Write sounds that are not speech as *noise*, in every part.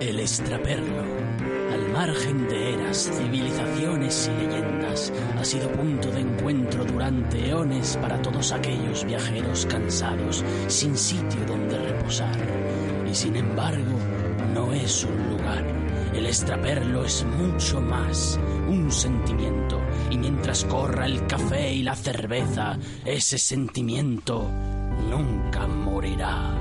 El extraperlo, al margen de eras, civilizaciones y leyendas, ha sido punto de encuentro durante eones para todos aquellos viajeros cansados, sin sitio donde reposar. Y sin embargo, no es un lugar. El extraperlo es mucho más, un sentimiento. Y mientras corra el café y la cerveza, ese sentimiento nunca morirá.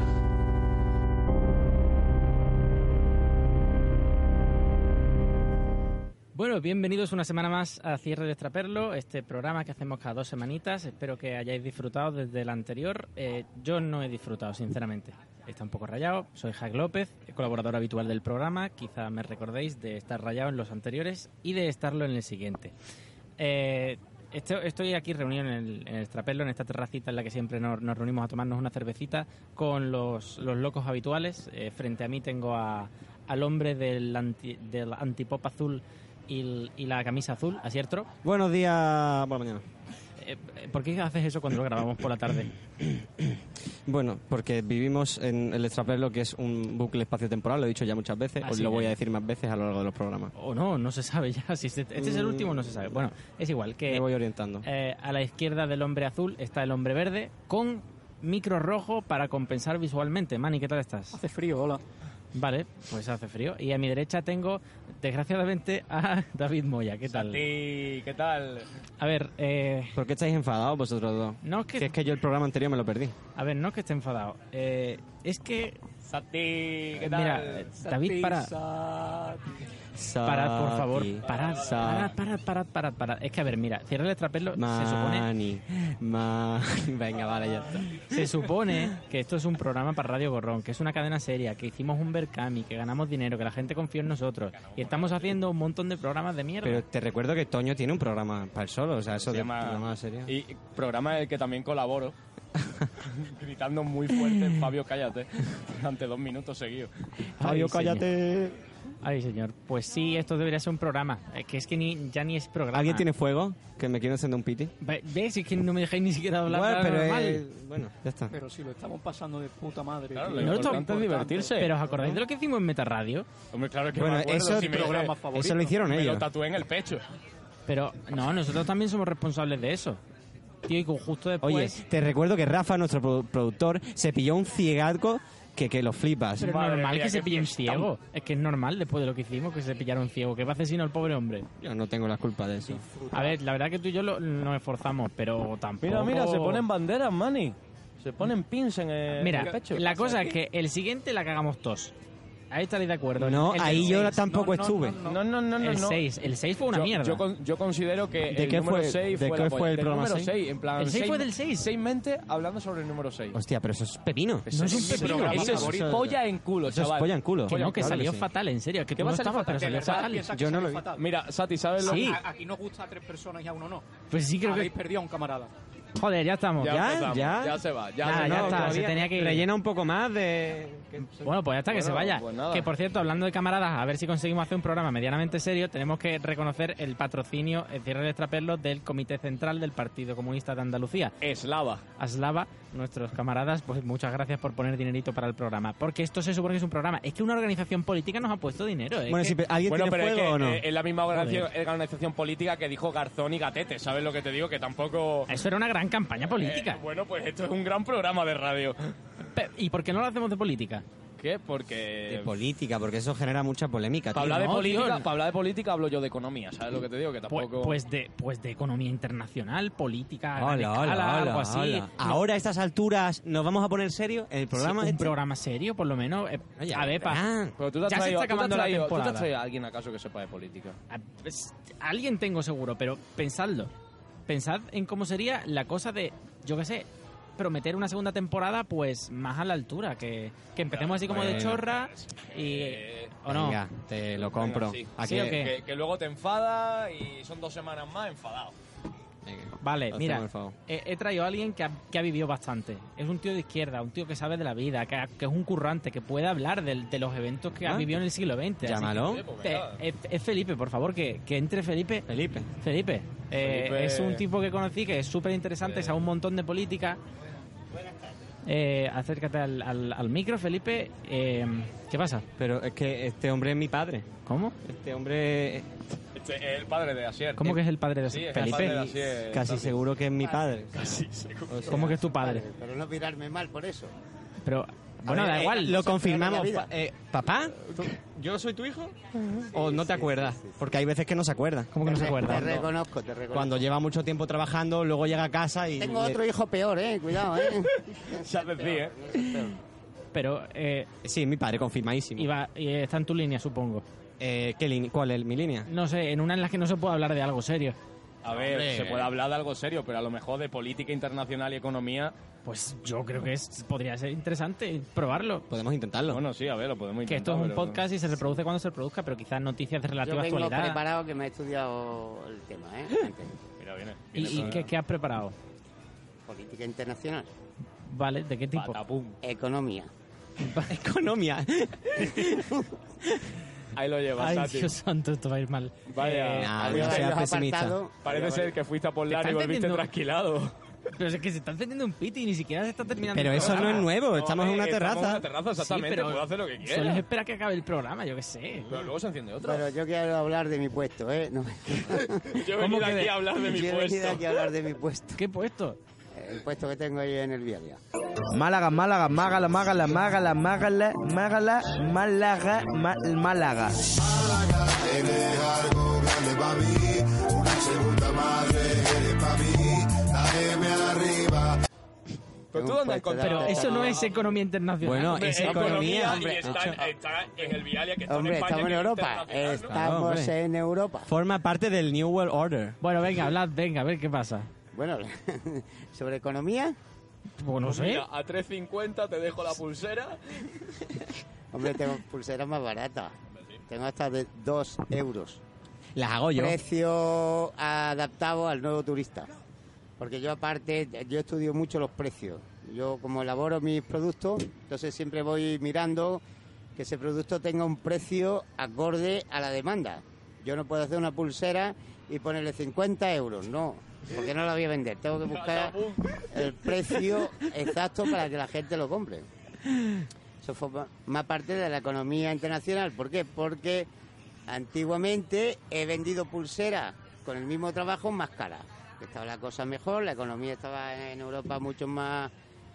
Bueno, bienvenidos una semana más a Cierre de Extraperlo, este programa que hacemos cada dos semanitas. Espero que hayáis disfrutado desde el anterior. Eh, yo no he disfrutado, sinceramente. Está un poco rayado. Soy Jack López, colaborador habitual del programa. Quizá me recordéis de estar rayado en los anteriores y de estarlo en el siguiente. Eh, este- estoy aquí reunido en el, en el Extraperlo, en esta terracita en la que siempre nos, nos reunimos a tomarnos una cervecita con los, los locos habituales. Eh, frente a mí tengo a- al hombre del, anti- del antipop azul y, l- y la camisa azul, acierto. Buenos días, buena mañana. Eh, eh, ¿Por qué haces eso cuando lo grabamos por la *coughs* tarde? Bueno, porque vivimos en el extraperlo, que es un bucle espacio-temporal, lo he dicho ya muchas veces, Así os lo voy es. a decir más veces a lo largo de los programas. O no, no se sabe ya. Si este, este es el Mm. último, no se sabe. Bueno, es igual Me que voy orientando. eh, a la izquierda del hombre azul está el hombre verde con micro rojo para compensar visualmente. Manny, ¿qué tal estás? Hace frío, hola. Vale, pues hace frío. Y a mi derecha tengo, desgraciadamente, a *laughs* David Moya. ¿Qué tal? Sí, ¿qué tal? A ver, eh, ¿Por qué estáis enfadados vosotros dos? no es que, Que es que yo el programa anterior me lo perdí. a ver, no es que esté enfadado. Eh, es que Sati, ¿qué tal? Mira, eh, David, para. Parad, por favor. Parad, parad, Sati. parad, parad, parad, parad. Es que, a ver, mira, cierra el extrapelo. Se supone, Mani, Mani. *laughs* Venga, vale, ya está. se supone que esto es un programa para Radio Gorrón, que es una cadena seria, que hicimos un Berkami, que ganamos dinero, que la gente confía en nosotros. Y estamos haciendo un montón de programas de mierda. Pero te recuerdo que Toño tiene un programa para el solo, o sea, eso Se de llama- programa serio. Y programa en el que también *laughs* colaboro. gritando muy fuerte, Fabio, cállate. Durante dos minutos seguidos. Fabio, Ay, señor. Ay, señor, pues sí, esto debería ser un programa. Es que es que ni, ya ni es programa. ¿Alguien tiene fuego? Que me quiero encender un piti. Ve- ¿Ves? Es que no me dejáis ni siquiera hablar Bueno, pero pero eh, bueno, ya está. Pero si lo estamos pasando de puta madre. Claro, tío. lo importante es divertirse. Pero ¿os acordáis de lo que hicimos en Metarradio? Hombre, claro que Bueno, me acuerdo eso- si me, programa dice- favorito. Eso lo hicieron me lo ellos. tatué en el pecho. Pero no, nosotros también somos responsables de eso. Tío, y con justo después... Oye, te recuerdo que Rafa, nuestro produ- productor, se pilló un ciegaco que, que lo flipas. Pero Madre normal mía, que se qué pille un fiestón. ciego. Es que es normal después de lo que hicimos que se pillara un ciego. ¿Qué va a hacer si no el pobre hombre? Yo no tengo la culpa de eso. A ver, la verdad que tú y yo lo- nos esforzamos, pero tampoco. banderas, Manny. Se ponen pins en el, Mira, la cosa es que el siguiente la cagamos todos. Ahí estaréis de acuerdo. No, El del ahí yo seis. tampoco no, estuve. no, No, no, no, no. El no. 6. El 6 fue una yo, mierda. Yo, con- yo considero que ¿De el qué número fue- 6 de fue, qué la fue polla. el Del programa número seis? seis, en plan, ¿El seis seis fue me- del seis? seis mente hablando sobre el número 6. Hostia, pero eso es pepino. No es un pepino, Ese es favorito. polla en Eso culo, es Pues chaval. polla en Que culo. no, que Claro que salió sí. fatal, en serio. Que ¿Qué tú no va a salir estabas, fatal? pero De salió verdad, fatal. piensa que Yo no sale lo vi. fatal. Mira, Sati, ¿sabes lo Sí. que- A- Aquí nos gusta a tres personas y a uno no. Pues sí creo que... Habéis perdido a un camarada. Joder, ya estamos. Ya, empezamos, ya. ya se va. Ya, Nada, se ya va. está, todavía se tenía que ir. Rellena un poco más de... Bueno, pues hasta que Bueno, se vaya. pues nada. que por cierto, hablando de camaradas, a ver si conseguimos hacer un programa medianamente serio, tenemos que reconocer el patrocinio, el cierre de extraperlo del Comité Central del Partido Comunista de Andalucía. Eslava. Aslava, nuestros camaradas, pues muchas gracias por poner dinerito para el programa. Porque esto se supone que es un programa. Es que una organización política nos ha puesto dinero. ¿eh? Bueno, Que- si pe- alguien Bueno, tiene pero es fuego que o no. eh, es la misma organización, organización política que dijo Garzón y Gatete. ¿Sabes lo que te digo? Que tampoco... Eso era una gran campaña política. Eh, bueno, pues esto es un gran programa de radio. Pe- ¿Y por qué no lo hacemos de política? ¿Qué? de Porque... política, porque eso genera mucha polémica. Para tío. hablar, de No, política, tío. para hablar de política hablo yo de economía, ¿sabes lo que te digo? Que Pues, tampoco... pues de, pues de economía internacional, política, a gran Hola, hola, escala, hola, algo así. hola. Ahora, a estas alturas, ¿nos vamos a poner serio? El programa Sí, un este? programa serio, por lo menos. Eh, Oye, a ver, pa- ah, Pero tú te has Ya se está traído, tú te has acabando la traído- tú te has temporada. traído a alguien acaso que sepa de política. A- pues, alguien tengo seguro, pero pensadlo. Pensad en cómo sería la cosa de, yo qué sé, prometer una segunda temporada pues más a la altura, que, que empecemos así como de pues, Bueno. chorra Ah, y... Eh, ¿O no? Venga, te lo compro. Venga, sí. Aquí- ¿Sí o qué? Que, que luego te enfada y son dos semanas más enfadado. Así que Vale, hacemos mira, el favor. eh, he traído a alguien que ha, que ha vivido bastante. Es un tío de izquierda, un tío que sabe de la vida, que, ha- que es un currante, que puede hablar del- de, los eventos que ha Ah. vivido en el siglo XX. así Llámalo. Sí, pues que, eh, venga. eh, es Felipe, por favor, que, que entre Felipe. Felipe. Felipe, eh, Felipe- es un tipo que conocí que es súper interesante, sabe un montón de política. Eh, acércate al, al- al micro, Felipe. Eh, ¿Qué pasa? Pero es que este hombre es mi padre. ¿Cómo? Este hombre Este es el padre de Asier. ¿Cómo *laughs* que es el padre de Sí, es el Felipe? padre de Asier. casi Santi. seguro que es mi padre. Casi seguro. O sea, ¿Cómo que es tu padre? Pero no mirarme mal por eso. Pero, bueno, ver, da eh, igual. Lo confirmamos. vida. Pa- eh, ¿Papá? ¿Yo soy tu hijo? ¿O no te acuerdas? Porque hay veces que no se acuerda. ¿Cómo que no se Te re- acuerda? Te reconozco, te reconozco. Cuando lleva mucho tiempo trabajando, luego llega a casa y... Tengo le- otro hijo peor, eh. Cuidado, eh. Ya te decía, ¿eh? Pero eh, Sí, mi padre, confirmadísimo. iba- eh, está en tu línea, supongo. Eh, ¿qué lin- ¿Cuál es mi línea? No sé, en una en la que no se puede hablar de algo serio. A ver, Hombre. se puede hablar de algo serio, pero a lo mejor de política internacional y economía. Pues yo creo que es, podría ser interesante probarlo. Podemos intentarlo. Bueno, sí, a ver, lo podemos Que intentar. esto es un pero- podcast y se reproduce cuando se reproduzca, pero quizás noticias de Yo relativa vengo actualidad. preparado que me he estudiado el tema, eh. antes. Mira, viene. ¿Y, viene y con- qué, qué has preparado? Política internacional, ¿Vale? ¿De qué tipo? Patapum. economía. *laughs* *laughs* Economía. Ahí lo llevas, Ay, Santi. Dios santo, esto va a ir mal. Vaya. Eh, Ah, Algunos no seas de los pesimista. apartados- Parece ser que fuiste a por Te y están volviste vendiendo- *laughs* trasquilado. Pero es que se está encendiendo un piti y ni siquiera se está terminando. Pero el eso no programa. es nuevo, estamos en una hombre, estamos en terraza. una terraza, exactamente. pero Puedo hacer lo que quiera. Sueles esperar que acabe el programa, yo qué sé. Pero luego se enciende otra. Pero yo quiero hablar de mi puesto, eh. No, Yo he ¿Cómo venido que aquí de- a *laughs* hablar de mi yo he venido puesto. aquí a hablar de mi puesto. ¿Qué he puesto? El puesto que tengo ahí en el diario. Málaga, Málaga, Mágala, Mágala, Mágala, Mágala, Mágala, Málaga, Ma- Málaga. Pero tú dónde has Pero encontrado. Pero eso no es economía internacional. Bueno, Hombre, es es economía. y hombre, está, está en el Vialia, que está en Hombre, España, estamos en que es Europa. eh, Claro, internacional, ¿no? Estamos hombre. en Europa. Forma parte del New World eh. Order. Bueno, venga, hablad, venga, a ver qué pasa. Bueno, *laughs* sobre economía. Pues no sé. Mira, a 3.50 te dejo la pulsera. Hombre, tengo pulseras más baratas. Tengo hasta de 2 euros. Las hago yo. Precio adaptado al nuevo turista. Porque yo aparte, yo estudio mucho los precios. Yo como elaboro mis productos, entonces siempre voy mirando que ese producto tenga un precio acorde a la demanda. Yo no puedo hacer una pulsera y ponerle 50 euros, no. Porque no la voy a vender. Tengo que buscar el precio exacto para que la gente lo compre. Eso forma más parte de la economía internacional. ¿Por qué? Porque antiguamente he vendido pulseras con el mismo trabajo más caras. Estaba la cosa mejor, la economía estaba en Europa mucho más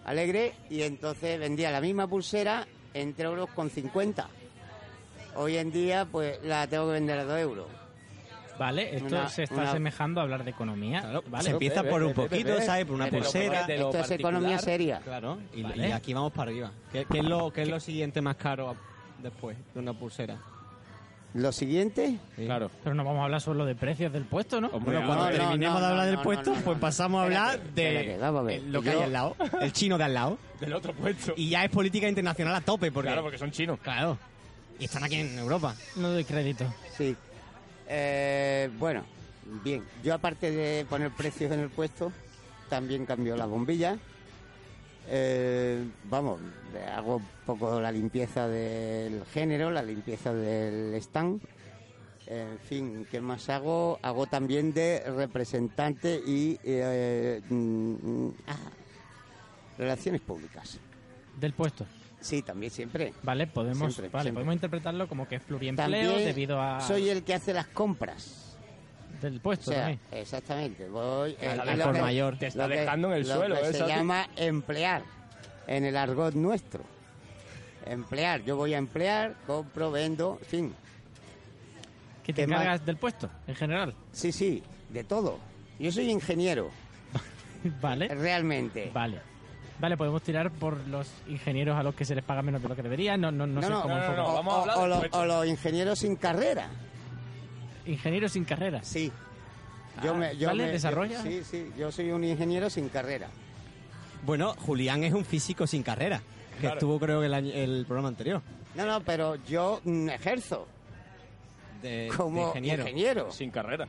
alegre y entonces vendía la misma pulsera en 3 euros con 50. Hoy en día pues la tengo que vender a 2 euros. Vale, esto Una- se está una- asemejando a hablar de economía. Claro, vale. se empieza ve, por ve, un ve, ve, poquito, ve. ¿sabes? Por una Pero pulsera. de lo Esto es economía particular, sería. Claro, y, Vale. y aquí vamos para arriba. ¿Qué, qué es lo, qué es lo siguiente más caro a- después de una pulsera? Lo siguiente, Sí. Claro. Pero no vamos a hablar solo de precios del puesto, ¿no? Hombre, Bueno, cuando No, no, terminemos no, de hablar no, del no, puesto, no, no, pues no. pasamos a hablar Espérate, de espérate, vamos a ver. lo que hay Yo- al lado, el chino de al lado. Del otro puesto. Y ya es política internacional a tope, porque... Claro, porque son chinos. Claro. Y están aquí en Europa. No doy crédito. Sí. Eh, bueno, bien. Yo aparte de poner precios en el puesto, también cambio las bombillas. Eh, vamos, hago un poco la limpieza del género, la limpieza del stand. En fin, ¿qué más hago? Hago también de representante y eh, mm, ah, relaciones públicas. Del puesto. Sí, también siempre. Vale, podemos, Siempre, vale, siempre. podemos interpretarlo como que es pluriempleo También debido a soy el que hace las compras. del O puesto sea, también. exactamente. Voy La eh, de lo por que- mayor. Te está lo que- dejando en el lo suelo, que ¿eh, Se Santi? llama emplear en el argot nuestro. Emplear. Yo voy a emplear, compro, vendo, en fin. Que te ¿Qué más? encargas del puesto, en general. *laughs* Sí, sí, de todo. Yo soy ingeniero, Vale. realmente. Vale. Vale, podemos tirar por los ingenieros a los que se les paga menos de lo que deberían. No, no, no, sé cómo no, no, enfocarlo. o- vamos a o- hablar o del los- puesto. o los ingenieros sin carrera. Ingenieros sin carreras. Sí. Yo Ah, me, yo vale, me- desarrolla. yo- sí, sí, yo soy un ingeniero sin carrera. Bueno, Julián es un físico sin carrera, que Claro. estuvo creo que el, año- el programa anterior. No, no, pero yo mm, ejerzo De, de como Eh, ingeniero. ingeniero Sin carrera.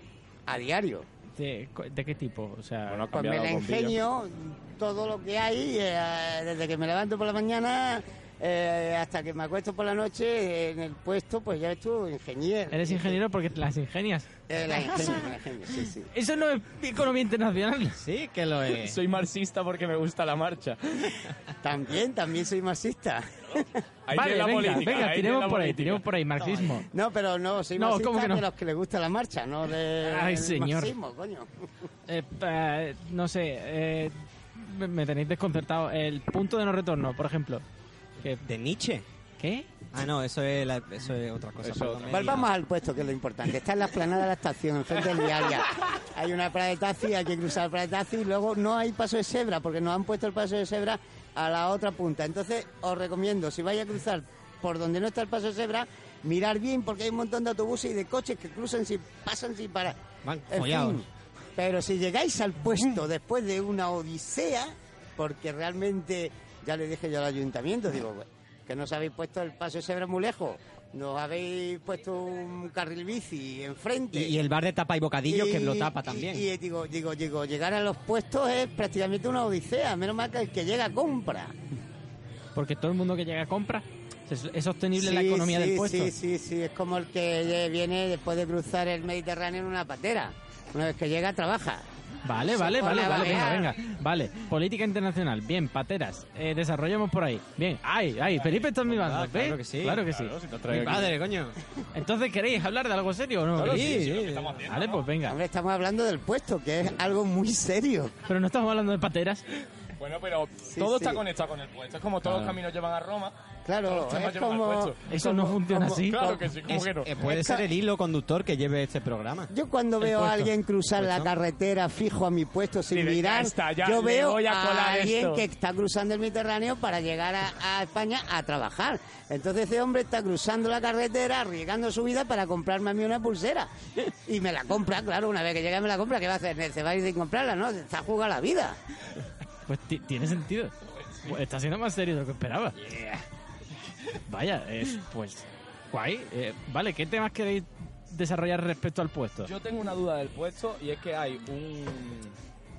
a diario. de, de qué tipo? O sea, Bueno, ha Pues me cambiado la el bombillo. ingenio todo lo que hay, eh, desde que me levanto por la mañana eh, hasta que me acuesto por la noche eh, en el puesto, pues ya ves tú, ingeniero. eres ingeniero porque te las ingenias. Eh, la ingenio, la ingenio, sí, sí. Eso no es economía internacional. Sí, que lo *laughs* es. Soy marxista porque me gusta la marcha. También, también soy marxista. Ahí vale, tiene la venga, política. venga, ahí tiene tiremos la por ahí, política. tiremos por ahí, marxismo. No, pero no, soy No, marxista ¿cómo que no? de los que les gusta la marcha, no de Ay, del señor. marxismo, coño. Eh, pa- eh, no sé, eh, me- me tenéis desconcertado. El punto de no retorno, por ejemplo. Que- ¿De Nietzsche? ¿Qué? Ah, no, eso es, la- eso es otra cosa. Eso perdón, otra. me he Volvamos liado. al puesto, que es lo importante. Está en la esplanada de la estación, enfrente del diaria. Hay una parada de taxi, hay que cruzar la parada de taxi y luego no hay paso de cebra, porque nos han puesto el paso de cebra a la otra punta. Entonces, os recomiendo, si vais a cruzar por donde no está el paso de cebra, mirar bien, porque hay un montón de autobuses y de coches que cruzan sin, pasan sin parar. Van En follados. fin, pero si llegáis al puesto después de una odisea, porque realmente ya le dije yo al ayuntamiento, digo, "Bueno, que nos habéis puesto el paso de cebra muy lejos, nos habéis puesto un carril bici enfrente. Y, y el bar de tapa y bocadillo que Y- lo tapa y- también. Y, digo, digo, digo, llegar a los puestos es prácticamente una odisea, menos mal que el que llega compra. Porque todo el mundo que llega compra. ¿Es, es sostenible la Sí, economía sí, del puesto? Sí, sí, sí, es como el que eh, viene después de cruzar el Mediterráneo en una patera. Una vez que llega, trabaja. Vale, vale, vale, Hola, vale, venga, Balear. venga. Vale, política internacional, bien, pateras, eh, desarrollemos por ahí. Bien, ay, ay, Felipe está en mi banda, ¿ves? claro que sí, Claro que sí. Claro, si te has Mi traído aquí. padre, coño. Entonces, ¿queréis hablar de algo serio o no? Claro, sí, Sí, sí, lo sí. que estamos haciendo, Vale, ¿no? pues venga. Hombre, estamos hablando del puesto, que es algo muy serio. Pero no estamos hablando de pateras. Bueno, pero todo sí. está conectado con el puesto. Es como todos los caminos llevan a Roma. Claro, Todos los es temas llevan al como... puesto. Eso no funciona así. Claro que sí, ¿cómo Es- que no? eh, puede ser el hilo conductor que lleve este programa. Yo cuando veo a puesto. alguien cruzar ¿El la puesto? carretera fijo a mi puesto sin Mire, ya mirar, está, ya yo le veo voy a colar alguien esto. que está cruzando el Mediterráneo para llegar a, a España a trabajar. Entonces ese hombre está cruzando la carretera, arriesgando su vida para comprarme a mí una pulsera. Y me la compra, claro, una vez que llega me la compra, ¿qué va a hacer? Se va a ir sin comprarla, ¿no? Se está jugando la vida. Pues ti- tiene sentido. Pues está siendo más serio de lo que esperaba. Vaya, eh, pues guay. Eh, vale, ¿qué temas queréis desarrollar respecto al puesto? Yo tengo una duda del puesto y es que hay un,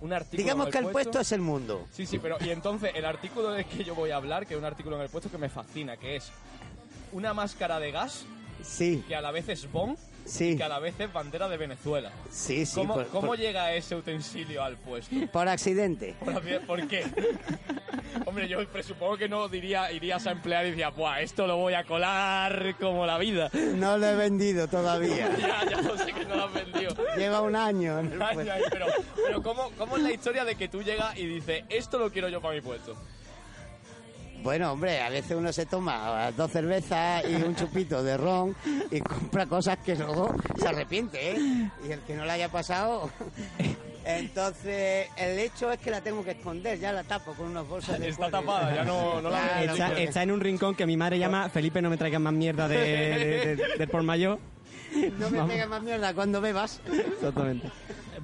un artículo. Digamos en que el puesto es el mundo. Sí, sí, pero y entonces el artículo del que yo voy a hablar, que es un artículo en el puesto que me fascina, que es una máscara de gas Sí, que a la vez es bon, sí, que a la vez es bandera de Venezuela. sí, sí. ¿Cómo, por, cómo por- llega ese utensilio al puesto? por accidente. ¿Por, por qué? Hombre, yo presupongo que no diría, irías a emplear y dirías, ¡buah, esto lo voy a colar como la vida! *laughs* *laughs* No lo he vendido todavía. *laughs* Ya, ya lo sé que no lo has vendido. Lleva un año en el Ay, puesto. ay, pero, pero ¿cómo, ¿cómo es la historia de que tú llegas y dices, esto lo quiero yo para mi puesto? Bueno, hombre, a veces uno se toma dos cervezas y un chupito de ron y compra cosas que luego se arrepiente, ¿eh? Y el que no la haya pasado... *laughs* Entonces, el hecho es que la tengo que esconder, ya la tapo con unos bolsos de Está cuero. tapada, ya no, no la Claro, veo. claro. Está, está en un rincón que mi madre llama Felipe, no me traigas más mierda de, de- de- del por mayor. No me pegues más mierda cuando bebas. Exactamente.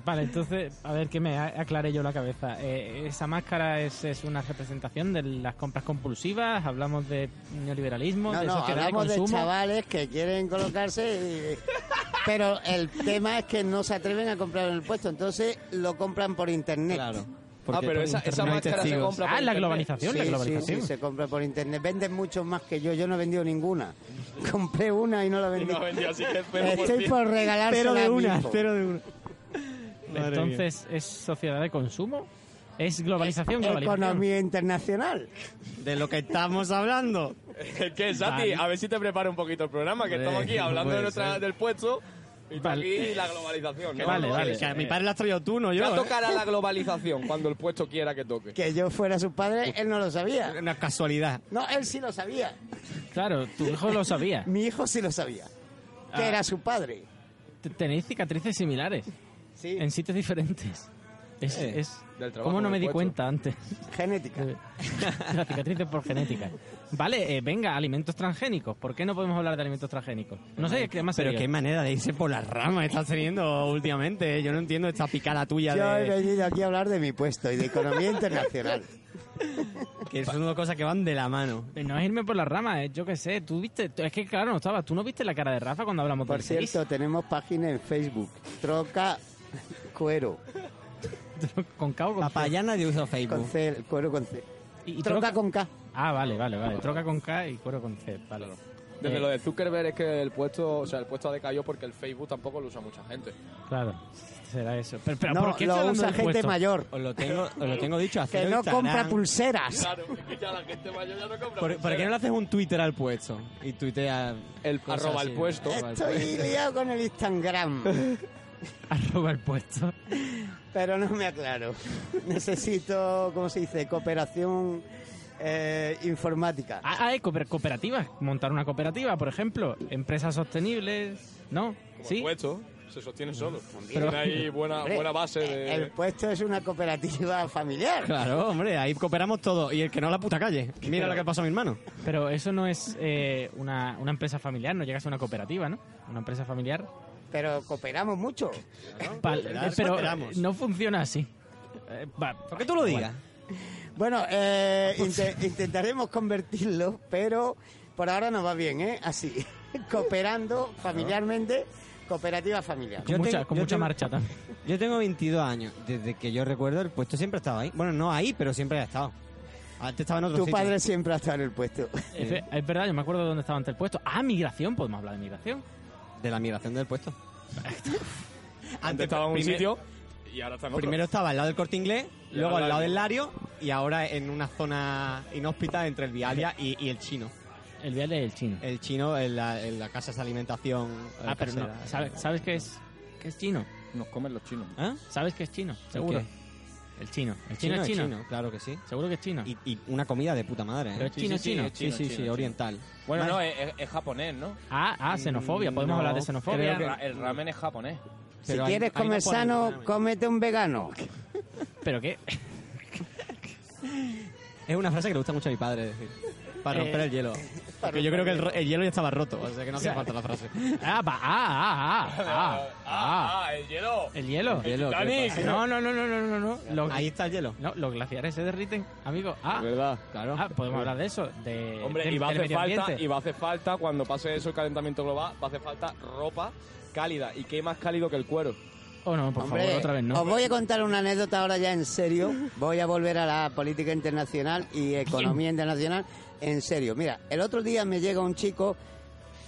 Vale, entonces, a ver que me a- aclare yo la cabeza. Eh, ¿Esa máscara es, es una representación de las compras compulsivas? ¿Hablamos de neoliberalismo? No, ¿De no, sociedad de hablamos de consumo? chavales que quieren colocarse y- Pero el tema es que no se atreven a comprar en el puesto, entonces lo compran por internet. Claro. Ah, Porque pero por esa, esa internet hay máscara se testigos. compra por Ah, la internet. globalización, la Sí, globalización. Sí, sí, se compra por internet. Venden mucho más que yo. Yo no he vendido ninguna. *laughs* Compré una y no la Y vendí. no vendí, así que cero por Eh, Estoy cien. por regalársela Cero de a mi una, hijo. cero de una. Madre mía. Entonces, ¿es sociedad de consumo? ¿Es globalización? globalización? Economía internacional. de lo que estamos hablando. *laughs* ¿Qué, Santi? Vale. A ver si te prepara un poquito el programa, que Hombre, estamos aquí no hablando de puede nuestra, ser. del puesto y tú Vale. aquí la globalización. ¿no? Vale, No, vale. es Que que a mi padre la has traído tú, no yo. Ya ¿eh? tocará la globalización cuando el puesto quiera que toque. Que yo fuera su padre, él no lo sabía. Una casualidad. No, él sí lo sabía. Claro, tu hijo lo *laughs* sabía. Mi hijo sí lo sabía. Que Ah. era su padre. T- Tenéis cicatrices similares Sí, en sitios diferentes. Es, Eh, es- del trabajo ¿Cómo no me del di puesto. cuenta *laughs* antes? *laughs* genética. Eh, Las cicatrices por genética. Vale, eh, venga, alimentos transgénicos. ¿Por qué no podemos hablar de alimentos transgénicos? No sé, ¿qué más Pero sería? qué manera de irse por las ramas estás teniendo últimamente. ¿eh? Yo no entiendo esta picada tuya Yo he de... venido aquí a hablar de mi puesto y de economía *laughs* internacional. Que son dos cosas que van de la mano. Eh, No es irme por las ramas, eh, yo qué sé. Tú viste, tú- es que *laughs* claro, no estabas. Tú no viste la cara de Rafa cuando hablamos Por del seis? cierto, tenemos página en Facebook. Troca Cuero. ¿Con K o con C? Papaya nadie usa Con Facebook. C, el cuero con C. Y, y Troca troca con K. Ah, vale, vale, vale. Troca con K y cuero con C. Vale. Desde Eh, lo de Zuckerberg es que el puesto, o sea, el puesto ha decaído porque el Facebook tampoco lo usa mucha gente. Claro, será eso. Pero, pero, No, ¿por qué está lo hablando usa del gente puesto? mayor. Os lo tengo, os lo tengo dicho. Que haceros no Instagram. compra pulseras. *laughs* Claro, es que ya la gente mayor ya no ¿Por, compra. por qué no pulseras. le haces un Twitter al puesto? Y tuitea El cosas arroba así. el puesto. Estoy liado con el Instagram, *laughs* Arroba el puesto. pero no me aclaro. Necesito, ¿cómo se dice? Cooperación eh, informática. Ah, ah, eh, cooper- cooperativas. Montar una cooperativa, por ejemplo. Empresas sostenibles. ¿No? Como el ¿Sí? puesto se sostiene solo. Pero- Tiene ahí Ah, buena, Hombre, eh, buena base de... El puesto es una cooperativa familiar. Claro, hombre, ahí cooperamos todos. Y el que no, la puta calle. Mira lo que pasó a mi hermano. Pero eso no es eh, una, una empresa familiar, no llegas a una cooperativa, ¿no? Una empresa familiar. Pero cooperamos mucho. Vale, cooperar, eh, pero cooperamos. no funciona así. Eh, va, ¿Por qué tú lo digas? Bueno, eh, inte- intentaremos convertirlo, pero por ahora nos va bien, ¿eh? Así, *laughs* cooperando familiarmente, cooperativa familiar. Con Yo mucha, tengo- con yo mucha tengo- marcha *laughs* también. Yo tengo 22 años. Desde que yo recuerdo, el puesto siempre ha estado ahí. Bueno, no ahí, pero siempre ha estado. Antes estaba en otro Tu sitio. padre siempre ha estado en el puesto. Es, ve- es verdad, yo me acuerdo de dónde estaba ante el puesto. Ah, migración, podemos hablar de migración. De la migración del puesto. Antes estaba en un primer- sitio y ahora está en otro. Primero estaba al lado del corte inglés, Y luego ahora al lado la- del Lario y ahora en una zona inhóspita entre el Vialia y, y el chino. El vial del chino. El chino en la, en la casa de alimentación. eh, Eh, ah, pero no. casera. ¿Sabes, sabes qué es? ¿Qué es chino? Nos comen los chinos. ¿Eh? ¿Sabes que es chino? Seguro. qué? El chino. El chino, es chino. claro que sí. Seguro que es chino. Y, y una comida de puta madre. ¿eh? Pero es chino, chino. eh. Sí, sí, sí, oriental. Bueno, Más- no, es, es- es japonés, ¿no? Ah, ah, xenofobia. Podemos No, hablar de El, xenofobia. ra- el ramen es japonés. Si pero ahí- quieres ahí no comer ponen sano, ramen. cómete un vegano. Pero qué. *laughs* Es una frase que le gusta mucho a mi padre decir. Para Eh, romper *laughs* el hielo. Porque yo creo que el, ro- el hielo ya estaba roto, o sea que no hacía falta la frase. Ah, va, ah, ah, ah, ah, ah. el hielo. El hielo. El hielo, ¿qué Titanic. pasa? No, no, no, no, no, no, no. Los, Ahí está el hielo. no, los glaciares se derriten, amigo. Ah, ¿Verdad? pues, eh, Claro. ah, podemos hablar de eso. De, Hombre, del- y va a del hacer medio falta, ambiente. y va a hacer falta cuando pase eso el calentamiento global, va a hacer falta ropa cálida. ¿Y qué más cálido que el cuero? Oh, no, por Hombre, favor, otra vez os no. voy a contar una anécdota ahora ya en serio. Voy a volver a la política internacional y economía internacional en serio. Mira, el otro día me llega un chico,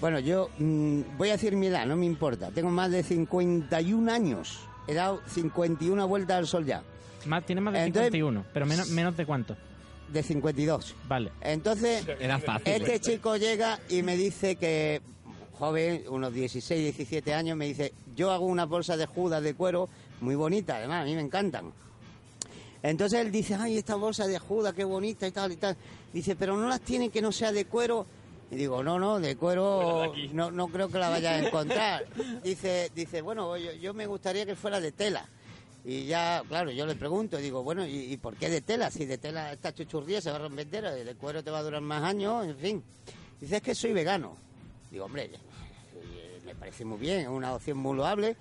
bueno, yo mm, voy a decir mi edad, no me importa. Tengo más de 51 años. He dado 51 vueltas al sol ya, Más, tiene más de Entonces- 51, pero menos, menos de cuánto. de 52. Vale. Entonces, Era fácil. Este chico llega y me dice que, joven, unos 16, 17 años, me dice, yo hago una bolsa de Judas de cuero muy bonita, además, a mí me encantan. Entonces él dice, ay, esta bolsa de Judas, qué bonita y tal y tal. Dice, pero no las tienen que no sea de cuero. Y digo, no, no, de cuero no, no creo que la vayas a encontrar. Dice, dice bueno, yo, yo me gustaría que fuera de tela. Y ya, claro, yo le pregunto, digo, bueno, ¿y, y por qué de tela? Si de tela esta chuchurría se va a romper entera, de cuero te va a durar más años, en fin. Dice, es que soy vegano. Digo, hombre, eh, me parece muy bien, es una opción muy loable.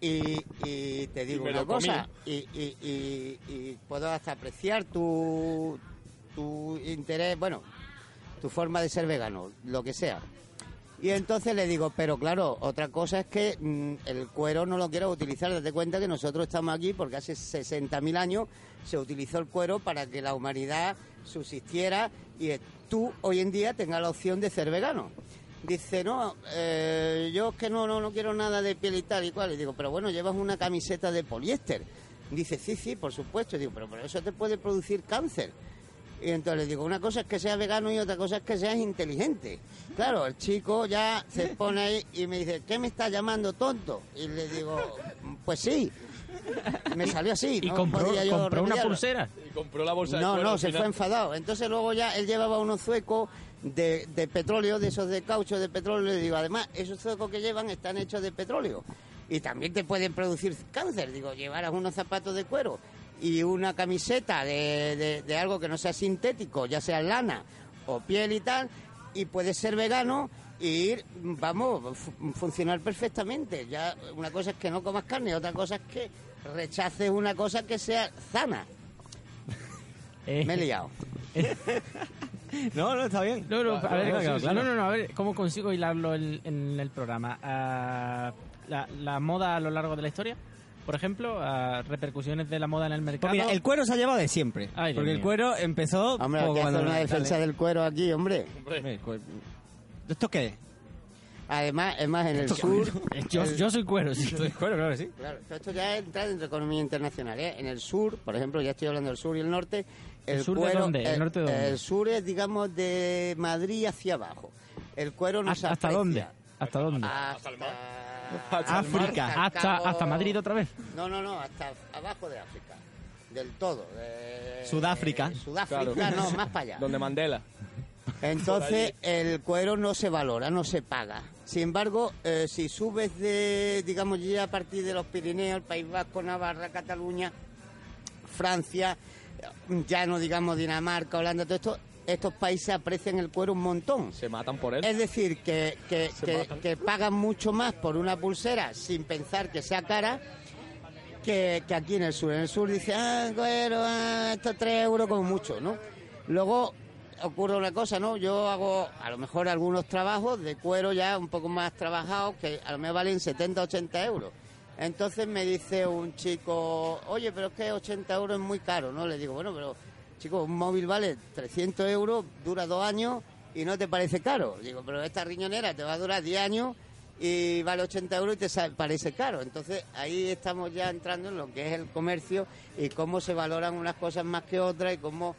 Y, y te digo me una lo comí. cosa, y, y- y- y puedo hasta apreciar tu, tu interés, bueno, tu forma de ser vegano, lo que sea. Y entonces le digo, pero claro, otra cosa es que mm, el cuero no lo quiero utilizar. Date cuenta que nosotros estamos aquí porque hace 60.000 años se utilizó el cuero para que la humanidad subsistiera y eh, tú hoy en día tengas la opción de ser vegano. Dice, no, eh, yo es que no, no, no quiero nada de piel y tal y cual. Y digo, pero bueno, llevas una camiseta de poliéster. Dice, sí, sí, por supuesto. Y digo, pero, pero eso te puede producir cáncer. Y entonces le digo, una cosa es que seas vegano y otra cosa es que seas inteligente. Claro, el chico ya se pone ahí y me dice, ¿qué me estás llamando tonto? Y le digo, pues sí. Me salió así. Y no compró, podía yo compró una remediarlo. pulsera. Y compró la bolsa de No, cuero. no, al se final. fue enfadado. Entonces luego ya él llevaba unos zuecos de, de petróleo, de esos de caucho de petróleo. Y digo, además, esos zuecos que llevan están hechos de petróleo. Y también te pueden producir cáncer. Digo, llevaras unos zapatos de cuero y una camiseta de, de- de algo que no sea sintético, ya sea lana o piel y tal, y puedes ser vegano y ir, vamos, fu- funcionar perfectamente. Ya una cosa es que no comas carne, otra cosa es que rechaces una cosa que sea sana. Eh, Me *laughs* he liado. No, no, está bien. No, Ah, no, a ver, Venga, sí, claro, sí, claro. no, no, no, a ver, ¿cómo consigo hilarlo en, en el programa? Ah, la, la moda a lo largo de la historia? por ejemplo, a repercusiones de la moda en el mercado. Pues mira, el cuero se ha llevado de siempre. Ay, Dios porque el mío. cuero empezó. Hombre, hay como que hacer cuando- una defensa ¿eh? del cuero aquí, hombre. Hombre, el cuero- ¿Esto qué es? Además, es más, en el sur... Yo, el- yo soy cuero, sí. Esto es cuero, claro que sí. Claro, pero esto ya entra dentro de economía internacional. ¿eh? En el sur, por ejemplo, ya estoy hablando del sur y el norte. ¿El, sur de cuero, dónde? ¿El norte de dónde? el sur es, digamos, de Madrid hacia abajo. El cuero no se ¿Hasta, hasta aprecia. dónde? ¿Hasta dónde? Hasta, el hasta el mar, África. Hasta, Ah, Cabo- hasta Madrid otra vez. No, no, no, hasta abajo de África. Del todo. de- Sudáfrica. eh, Sudáfrica, Claro. *laughs* no, más para allá. Donde Mandela. Entonces, el cuero no se valora, no se paga. Sin embargo, eh, si subes de, digamos, ya a partir de los Pirineos, el País Vasco, Navarra, Cataluña, Francia, eh, ya no digamos Dinamarca, Holanda, todo esto, estos países aprecian el cuero un montón. Se matan por él. Es decir, que, que- Se que- matan. que pagan mucho más por una pulsera sin pensar que sea cara que, que aquí en el sur. En el sur dice, ah, cuero, ah, esto 3 euros como mucho, ¿no? Luego ocurre una cosa, ¿no? Yo hago a lo mejor algunos trabajos de cuero ya un poco más trabajados que a lo mejor valen 70, 80 euros. Entonces me dice un chico, oye, pero es que 80 euros es muy caro, ¿no? Le digo, bueno, pero chico, un móvil vale 300 euros, dura dos años y no te parece caro. Digo, pero esta riñonera te va a durar 10 años y vale 80 euros y te sa- parece caro. Entonces ahí estamos ya entrando en lo que es el comercio y cómo se valoran unas cosas más que otras y cómo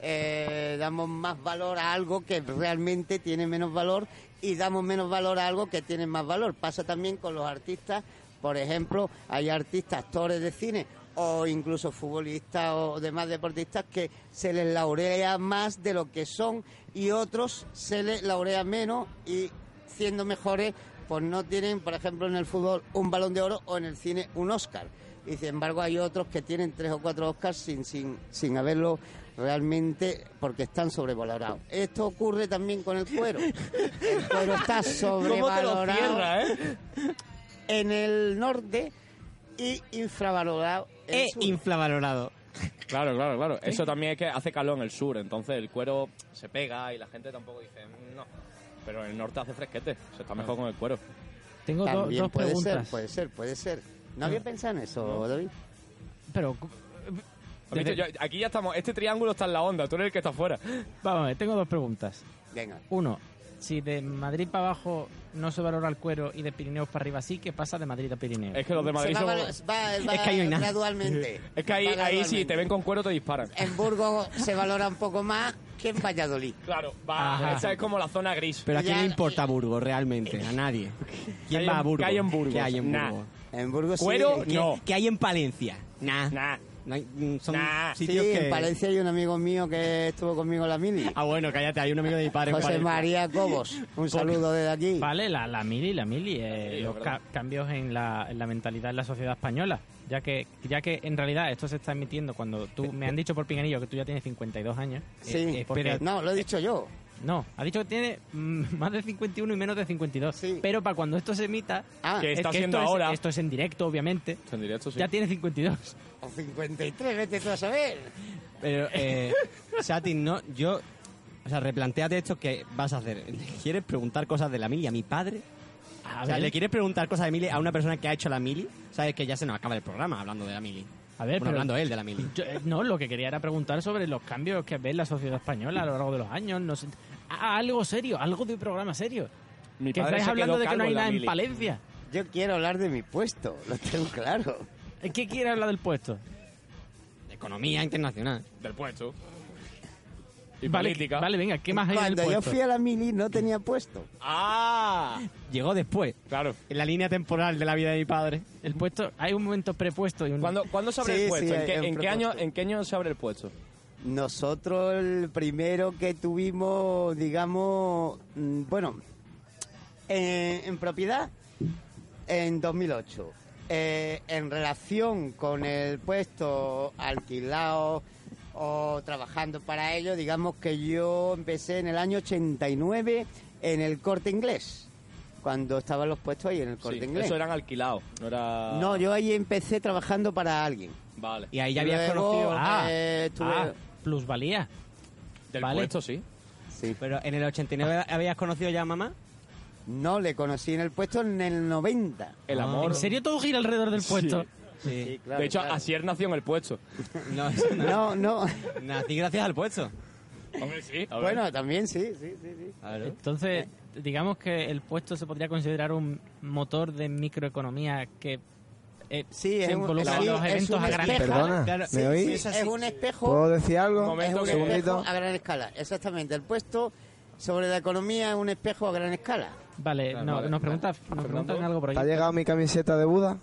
eh, damos más valor a algo que realmente tiene menos valor y damos menos valor a algo que tiene más valor. Pasa también con los artistas, por ejemplo, hay artistas, actores de cine o incluso futbolistas o demás deportistas que se les laurea más de lo que son y otros se les laurea menos y siendo mejores pues no tienen, por ejemplo, en el fútbol un balón de oro o en el cine un Oscar. Y sin embargo hay otros que tienen tres o cuatro Oscars sin, sin, sin haberlo realmente porque están sobrevalorados. Esto ocurre también con el cuero. El *laughs* cuero está sobrevalorado eh? eh? en el norte y infravalorado en Eh, el E sur. inflavalorado. Claro, claro, claro. Eso también es que hace calor en el sur, entonces el cuero se pega y la gente tampoco dice, "Mm, no. Pero en el norte hace fresquete, se está mejor con el cuero. Tengo do- También dos puede preguntas. Mm. ser, pues. puede ser, puede ser. No había pensado en eso, David. Pero, ¿Has visto? Yo- aquí ya estamos, este triángulo está en la onda, tú eres el que está afuera. vamos a ver, tengo dos preguntas. Venga. Uno, si de Madrid para abajo no se valora el cuero y de Pirineos para arriba sí, ¿qué pasa de Madrid a Pirineos? Es que los de Madrid Se va, son... valo- va- va Es que ahí no hay nada. gradualmente. Es que ahí, Va ahí si te gradualmente. ven con cuero te disparan. Eh, En Burgos se valora un poco más que en Valladolid. Claro, va, Ajá. esa es como la zona gris. Pero a quién Ya- le importa Burgos realmente, a nadie. hay ¿Quién en- va a Burgos? qué hay en Burgos? ¿Qué hay en Nah. Burgos? En Burgos sí. Cuero, ¿Qué- no. ¿Qué hay en Palencia? Nah. Nah. No hay- mm, son Nah. Sí, sitios que... en Palencia hay un amigo mío que estuvo conmigo en la mili. Ah, bueno, cállate, hay un amigo de mi padre en José Palencia. María Cobos. Un saludo desde aquí. Vale, la, la mili, la mili, eh, Sí, es los verdad. ca- cambios en la, en la mentalidad en la sociedad española, ya que ya que en realidad esto se está emitiendo cuando tú me han dicho por pinganillo que tú ya tienes 52 años. Sí, eh, porque- no, lo he dicho yo. No, ha dicho que tiene *laughs* mm, más de 51 y menos de 52. Sí. Pero para cuando esto se emita, Ah, ¿Qué? es está que haciendo esto es- ahora? esto es en directo, obviamente. En directo, sí. Ya tiene 52. o 53, vete tú a saber. Pero, eh, Satin, no, yo... O sea, replanteate esto que vas a hacer. ¿Quieres preguntar cosas de la mili a mi padre? A O sea, ver, Ah, ¿le quieres preguntar cosas de mili a una persona que ha hecho la mili? Sabes que ya se nos acaba el programa hablando de la mili. a ver, Bueno, pero- hablando él de *laughs* la mili. Yo, eh, no, lo que quería era preguntar sobre los cambios que ve en la sociedad española a lo largo de los años. No sé, a- algo serio, algo de un programa serio. Mi que padre estáis se hablando quedó de que no calvo hay en la nada en mili. Palencia. Yo quiero hablar de mi puesto, lo tengo claro. Eh, ¿Qué quiere hablar del puesto? De economía internacional. Del puesto. Y vale, política. Vale, venga, ¿qué más hay del Cuando yo puesto? fui a la mili no tenía puesto. ¡Ah! Llegó después. Claro. En la línea temporal de la vida de mi padre. El puesto, hay un momento prepuesto y un... ¿Cuándo, cuándo se abre Sí, el puesto? sí, ¿En, qué, en en qué año, propuesto. ¿En qué año se abre el puesto? Nosotros el primero que tuvimos, digamos, mm, bueno, eh, en, en propiedad en 2008. Eh, en relación con el puesto alquilado o trabajando para ello, digamos que yo empecé en el año 89 en el corte inglés, cuando estaban los puestos ahí en el corte Sí, inglés. Eso eran alquilados. No era. No, yo ahí empecé trabajando para alguien. Vale. Y ahí ya habías Luego, conocido. Ah, eh, estuve- Ah, plusvalía. Del Vale. puesto, sí. Sí. Pero en el 89 habías conocido ya a mamá. No, le conocí en el puesto en el 90. El amor. Ah, ¿En serio todo gira alrededor del puesto? Sí, claro, de hecho, claro. Asier nació en el puesto. No, *laughs* eso no. *laughs* No, no. Nací gracias al puesto. Hombre, sí. a ver. bueno, también sí, sí, sí. sí. Entonces, digamos que el puesto se podría considerar un motor de microeconomía que eh, Sí, es se un- involucra sí, en los es eventos un a gran espejo. escala. Perdona, Claro, ¿me sí, oís? sí, es así. Es un espejo. ¿Puedo decir algo? Un momento es un que- espejo segundito. a gran escala, exactamente. El puesto sobre la economía es un espejo a gran escala. Vale, Claro, no, vale. nos, pregunta, nos Fernando. preguntan algo por ¿Te ha ahí. llegado mi camiseta de Buda?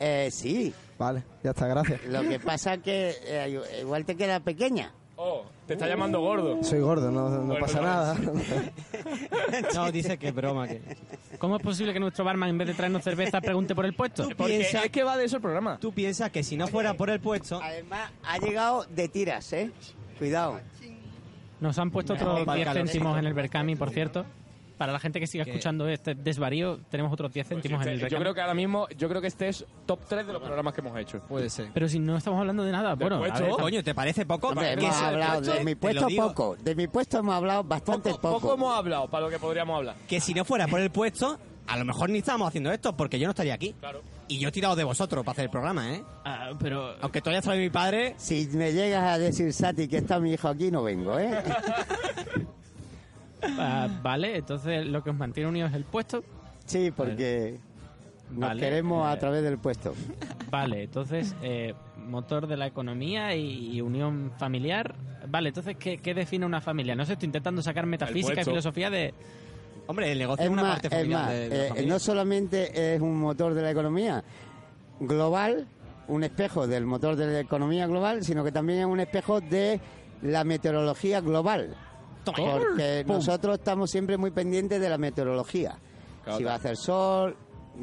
Eh, sí, Vale, ya está, gracias. lo que pasa que eh, igual te queda pequeña. Oh, te está Uh. llamando gordo. Soy gordo, no, no Bueno, pasa no. nada. No, dice que es broma. Que... *laughs* ¿Cómo es posible que nuestro barman, en vez de traernos cerveza, pregunte por el *laughs* puesto? Porque piensa- es que va de eso el programa. Tú piensas que si no fuera por el puesto, Además, ha llegado de tiras, ¿eh? Cuidado. Nos han puesto No, otros para el 10 calor. céntimos en el Berkami, por cierto. Para la gente que siga Que- escuchando este desvarío, tenemos otros 10 céntimos en el Este, yo Berkami. creo que ahora mismo, yo creo que este es top 3 de los programas que hemos hecho. puede ser. Pero si no estamos hablando de nada, bueno, a puesto, ver, Coño, ¿te parece poco? Hombre, ¿Para qué hemos se- hablado de Te mi lo puesto digo, poco. De mi puesto hemos hablado bastante poco. poco hemos hablado para lo que podríamos hablar. Que si no fuera por el puesto, a lo mejor ni estábamos haciendo esto, porque yo no estaría aquí. Claro. Y yo he tirado de vosotros para hacer el programa, ¿eh? ah, pero Aunque tú hayas traído mi padre, Si me llegas a decir, Sati, que está mi hijo aquí, no vengo, ¿eh? ah, vale, entonces lo que os mantiene unidos es el puesto. Sí, porque nos Vale, queremos eh, a través del puesto. Vale, entonces eh, motor de la economía y, y unión familiar. Vale, entonces ¿qué, qué define una familia? No sé, estoy intentando sacar metafísica y puesto. filosofía de hombre, el negocio Es es una más, parte es familiar más, de la eh, familia. no solamente es un motor de la economía global, un espejo del motor de la economía global, sino que también es un espejo de la meteorología global. Porque nosotros estamos siempre muy pendientes de la meteorología. Claro. Si va a hacer sol,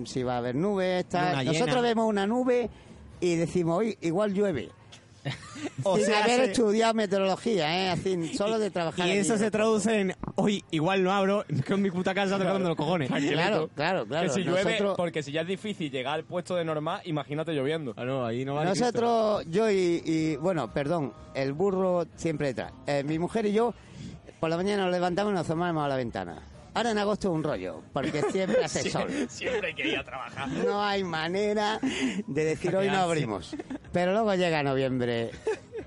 si va a haber nubes, tal. Luna llena. Nosotros vemos una nube y decimos, hoy *laughs* igual llueve. Sin haber estudiado meteorología, ¿eh? Así, solo de *laughs* trabajar. Y aquí. eso se traduce en, hoy igual no abro, *laughs* con mi puta casa tocando los *laughs* cojones. Claro, claro, claro. que si llueve, Nosotros- porque si ya es difícil llegar al puesto de normal, imagínate lloviendo. Ah, no, ahí no vale Cristo. Nosotros, yo y, y, bueno, perdón, el burro siempre detrás. Eh, mi mujer y yo, por la mañana nos levantamos y nos asomamos a la ventana. Ahora en agosto es un rollo, *laughs* porque siempre hace sol. Siempre que ir a trabajar. No hay manera de decir hoy no abrimos. Pero luego llega noviembre.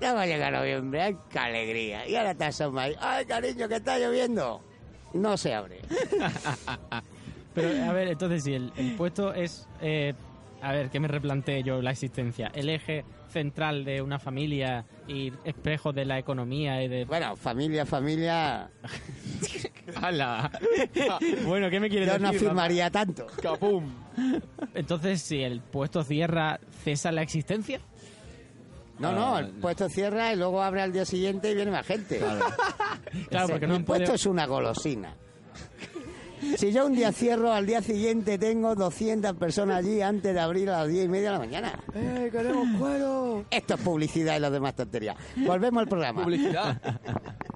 Luego llega noviembre, ¡ay, qué alegría! Y ahora te asomas ahí, ¡ay, cariño, que está lloviendo! No se abre. Pero, a ver, entonces, si el, el puesto es. eh, a ver, que me replanteé yo la existencia. El eje central de una familia y espejo de la economía y de. Bueno, familia, familia, ¡Hala! bueno, ¿qué me quieres yo no decir? Rafa? afirmaría tanto. Capum. Entonces, si el puesto cierra, cesa la existencia. No, Ah, no, el puesto cierra y luego abre al día siguiente y viene más gente. Claro, Ese- porque no el puede- puesto es una golosina. *laughs* Si yo un día cierro, al día siguiente tengo 200 personas allí antes de abrir a las 10 y media de la mañana. ¡Eh, queremos cuero! Esto es publicidad y las demás tonterías. Volvemos al programa. Publicidad.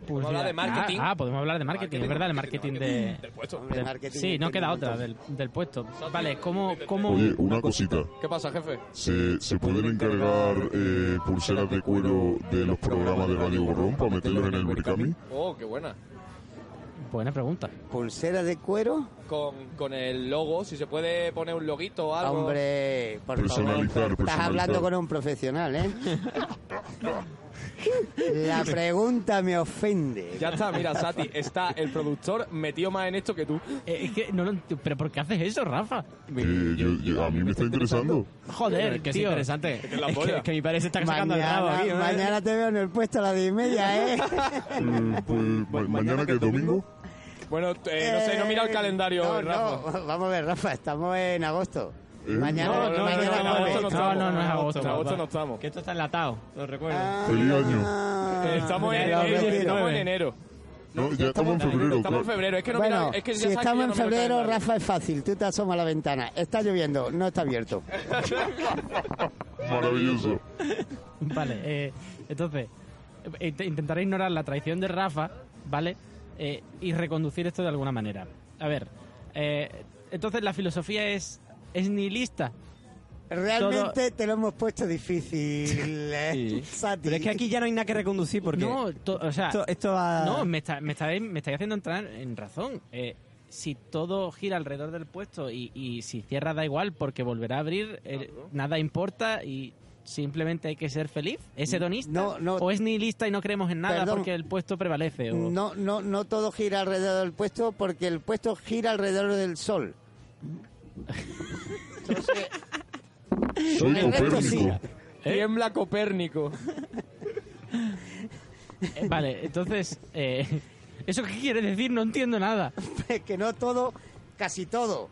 Podemos hablar de marketing. Pues Ah, ah, podemos hablar de marketing, es verdad, el marketing, de. Del puesto. Hombre, de- marketing sí, no tiene queda un otra montón. del, del puesto. Vale, ¿cómo, cómo Oye, una cosita. ¿Qué pasa, jefe? ¿Se, se pueden encargar eh, pulseras de cuero de los programas de Radio Borrón para meterlos en el Berkami? Oh, qué buena. Buena pregunta. ¿Pulsera de cuero? Con, con el logo, si se puede poner un loguito o algo. Hombre, por Personalizar, favor. Estás personalizar. hablando con un *laughs* profesional, ¿eh? La pregunta me ofende. Ya está, mira, Sati, está el productor metido más en esto que tú. Eh, es que no lo enti- ¿Pero por qué haces eso, Rafa? Que yo- yo- a mí me está interesando. Joder, Que es tío. interesante. te la Es que, polla. es que mi padre se está sacando el rabo Mañana, aquí, ¿no? mañana te veo en el puesto a las 10 y media, ¿eh? Eh, pues, ma- ¿Mañana que es domingo? Bueno, *laughs* eh, no sé, no mira el Eh, calendario, no, Rafa. no, Vamos a ver, Rafa, estamos en agosto. Eh, Mañana, no, no, mañana no, no, jueves. agosto no No, no, no es agosto. En agosto papá. no estamos. Que esto está enlatado, lo recuerdo. Ah, Feliz año. ah, Estamos en, ya lo eh, olvidé. estamos en enero. No, ya estamos en febrero. Estamos en claro. febrero. Es que no mira- Bueno, es que ya si sabes que yo estamos en no miro el febrero, calendario. Rafa, es fácil. Tú te asomas a la ventana. Está lloviendo, no está abierto. Maravilloso. *laughs* Vale, eh, entonces, eh, int- intentaré ignorar la traición de Rafa, ¿vale? Eh, y reconducir esto de alguna manera. A ver, eh, entonces la filosofía es, es nihilista. Realmente te lo hemos puesto difícil, eh, Sí. Sati. Pero es que aquí ya no hay nada que reconducir porque No, to- o sea, esto, esto va... no, me, está, me, estáis- me estáis haciendo entrar en razón. Eh, si todo gira alrededor del puesto y, y si cierra da igual porque volverá a abrir, eh, nada importa y simplemente hay que ser feliz. ¿Es hedonista? No, no. ¿O es nihilista y no creemos en nada Perdón. porque el puesto prevalece? o- No, no, no todo gira alrededor del puesto porque el puesto gira alrededor del sol. Entonces, Soy El resto Copérnico. Tiembla Copérnico. Eh, Vale, entonces, eh, *laughs* ¿eso qué quiere decir? No entiendo nada. es *laughs* que no todo, casi todo,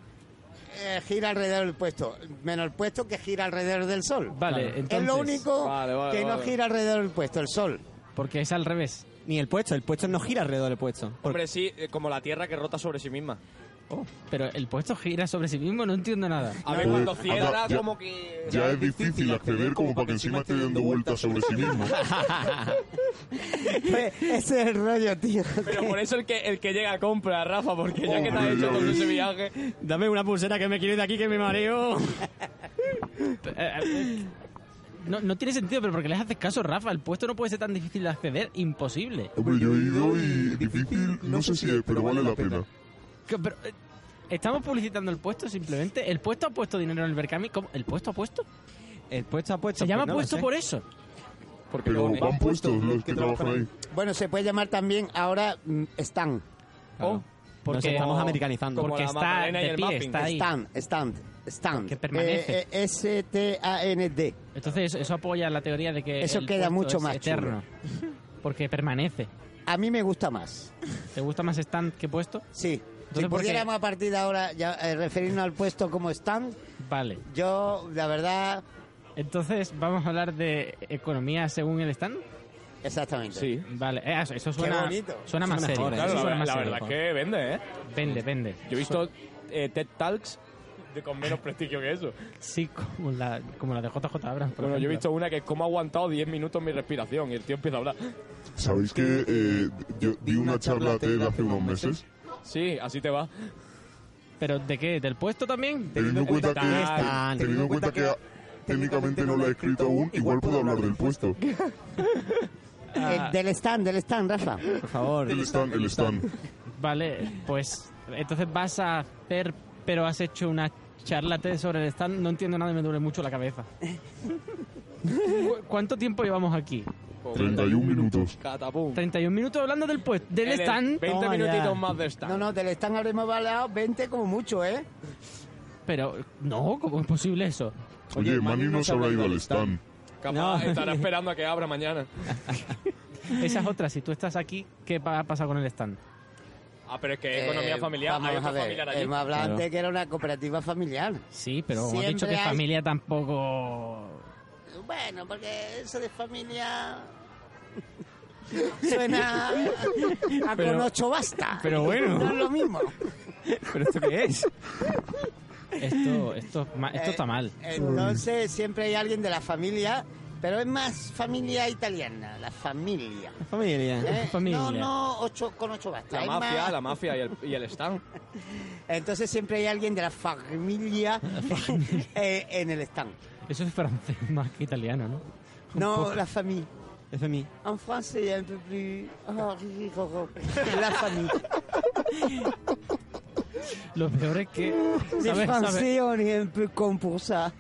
eh, gira alrededor del puesto, menos el puesto que gira alrededor del sol. Vale, entonces... es lo único Vale, vale, que no vale. gira alrededor del puesto, el sol. Porque es al revés. Ni el puesto, el puesto no gira alrededor del puesto. Hombre, sí, eh, como la Tierra que rota sobre sí misma. Oh. Pero el puesto gira sobre sí mismo, no entiendo nada. A ver, Joder, cuando anda, cierra, ya- como que... Ya es difícil acceder como para que encima esté dando vueltas sobre sí mismo. Pues, ese es el rollo, tío. Pero por eso el que, el que llega a compra, Rafa, porque ya que te has Hombre, hecho ya todo ves. ese viaje... Dame una pulsera que me quiero ir de aquí que me mareo. eh, No, no tiene sentido, pero porque les haces caso, Rafa? El puesto no puede ser tan difícil de acceder, imposible. Hombre, yo he ido y difícil, no sé si es, pero vale la pena. Que- pero, eh, estamos publicitando el puesto simplemente. ¿El puesto ha puesto dinero en el Berkami? ¿Cómo? ¿El puesto ha puesto? El puesto ha puesto. Se llama pues no lo puesto sé. por eso. Pero van puestos los que trabajan ahí. Bueno, se puede llamar también ahora mm, stand, Claro. Nos estamos americanizando. como Porque la está Magdalena y de el pie, mapping. está ahí. stand, stand, stand. Que permanece. Eh, eh, S-T-A-N-D. Entonces eso, eso apoya la teoría de que Eso el queda puesto mucho es más eterno. Porque permanece. A mí me gusta más. ¿Te gusta más stand que puesto? Sí. Entonces, si ¿por qué? pudiéramos a partir de ahora ya, eh, referirnos al puesto como stand, Vale. yo, la verdad, Entonces vamos a hablar de economía según el stand. exactamente. Vale, Eh, eso, eso suena, bonito. suena más Suena serio. mejor, ¿eh? Claro, Eso la, suena más la serio. verdad es que vende, ¿eh? Vende, vende. Yo he visto eh, TED Talks de con menos prestigio que eso. Sí, como la, como la de JJ Abrams. por Bueno, ejemplo. yo he visto una que es cómo ha aguantado 10 minutos mi respiración y el tío empieza a hablar. ¿Sabéis que eh, yo di una charla TED hace unos meses? Sí, así te va. ¿Pero de qué? ¿Del puesto también? Teniendo en cuenta que, Están. teniendo en cuenta que técnicamente no la he escrito aún, igual puedo hablar del puesto. *laughs* Ah. Eh, del stand, del stand, Rafa. Por favor. El stand, el stand. *laughs* Vale, pues entonces vas a hacer, pero has hecho una charla TED sobre el stand. No entiendo nada y me duele mucho la *laughs* cabeza. ¿Cu- ¿Cuánto tiempo llevamos aquí? 31 minutos. Catapum. 31 minutos hablando del puesto, del En el stand. 20 Toma minutitos ya. más de stand. No, no, del stand habremos hablado 20 como mucho, ¿eh? Pero, no, ¿cómo es posible eso? Oye, Manny no se habrá ido al stand. Capaz No. *laughs* estará esperando a que abra mañana. Esa es otra. Si tú estás aquí, ¿qué va a pasar con el stand? Ah, pero es que economía Eh, familiar, vamos hay a otra ver, familiar allí. Hemos hablado Claro. antes que era una cooperativa familiar. Sí, pero hemos dicho Siempre que hay- familia tampoco... Bueno, porque eso de familia... *laughs* Suena a- a con ocho basta. pero bueno. No es lo mismo. ¿Pero esto qué es? Esto, esto, es ma- esto Eh, está mal. Entonces siempre hay alguien de la familia, pero es más familia italiana, la familia. Familia. ¿eh? *laughs* familia. No, no, ocho, con ocho basta. La es mafia, más- la mafia y el, y el stand. Entonces siempre hay alguien de la *laughs* familia *laughs* eh, en el stand. Eso es francés *laughs* más que italiano, ¿no? No, la familia. Es de mí. En francés, un peu plus. Ah, ri, ri, ro, ro. La *laughs* familia. Lo peor es que... Les ¿sabes? ¿sabes? français, on est un peu con pour ça.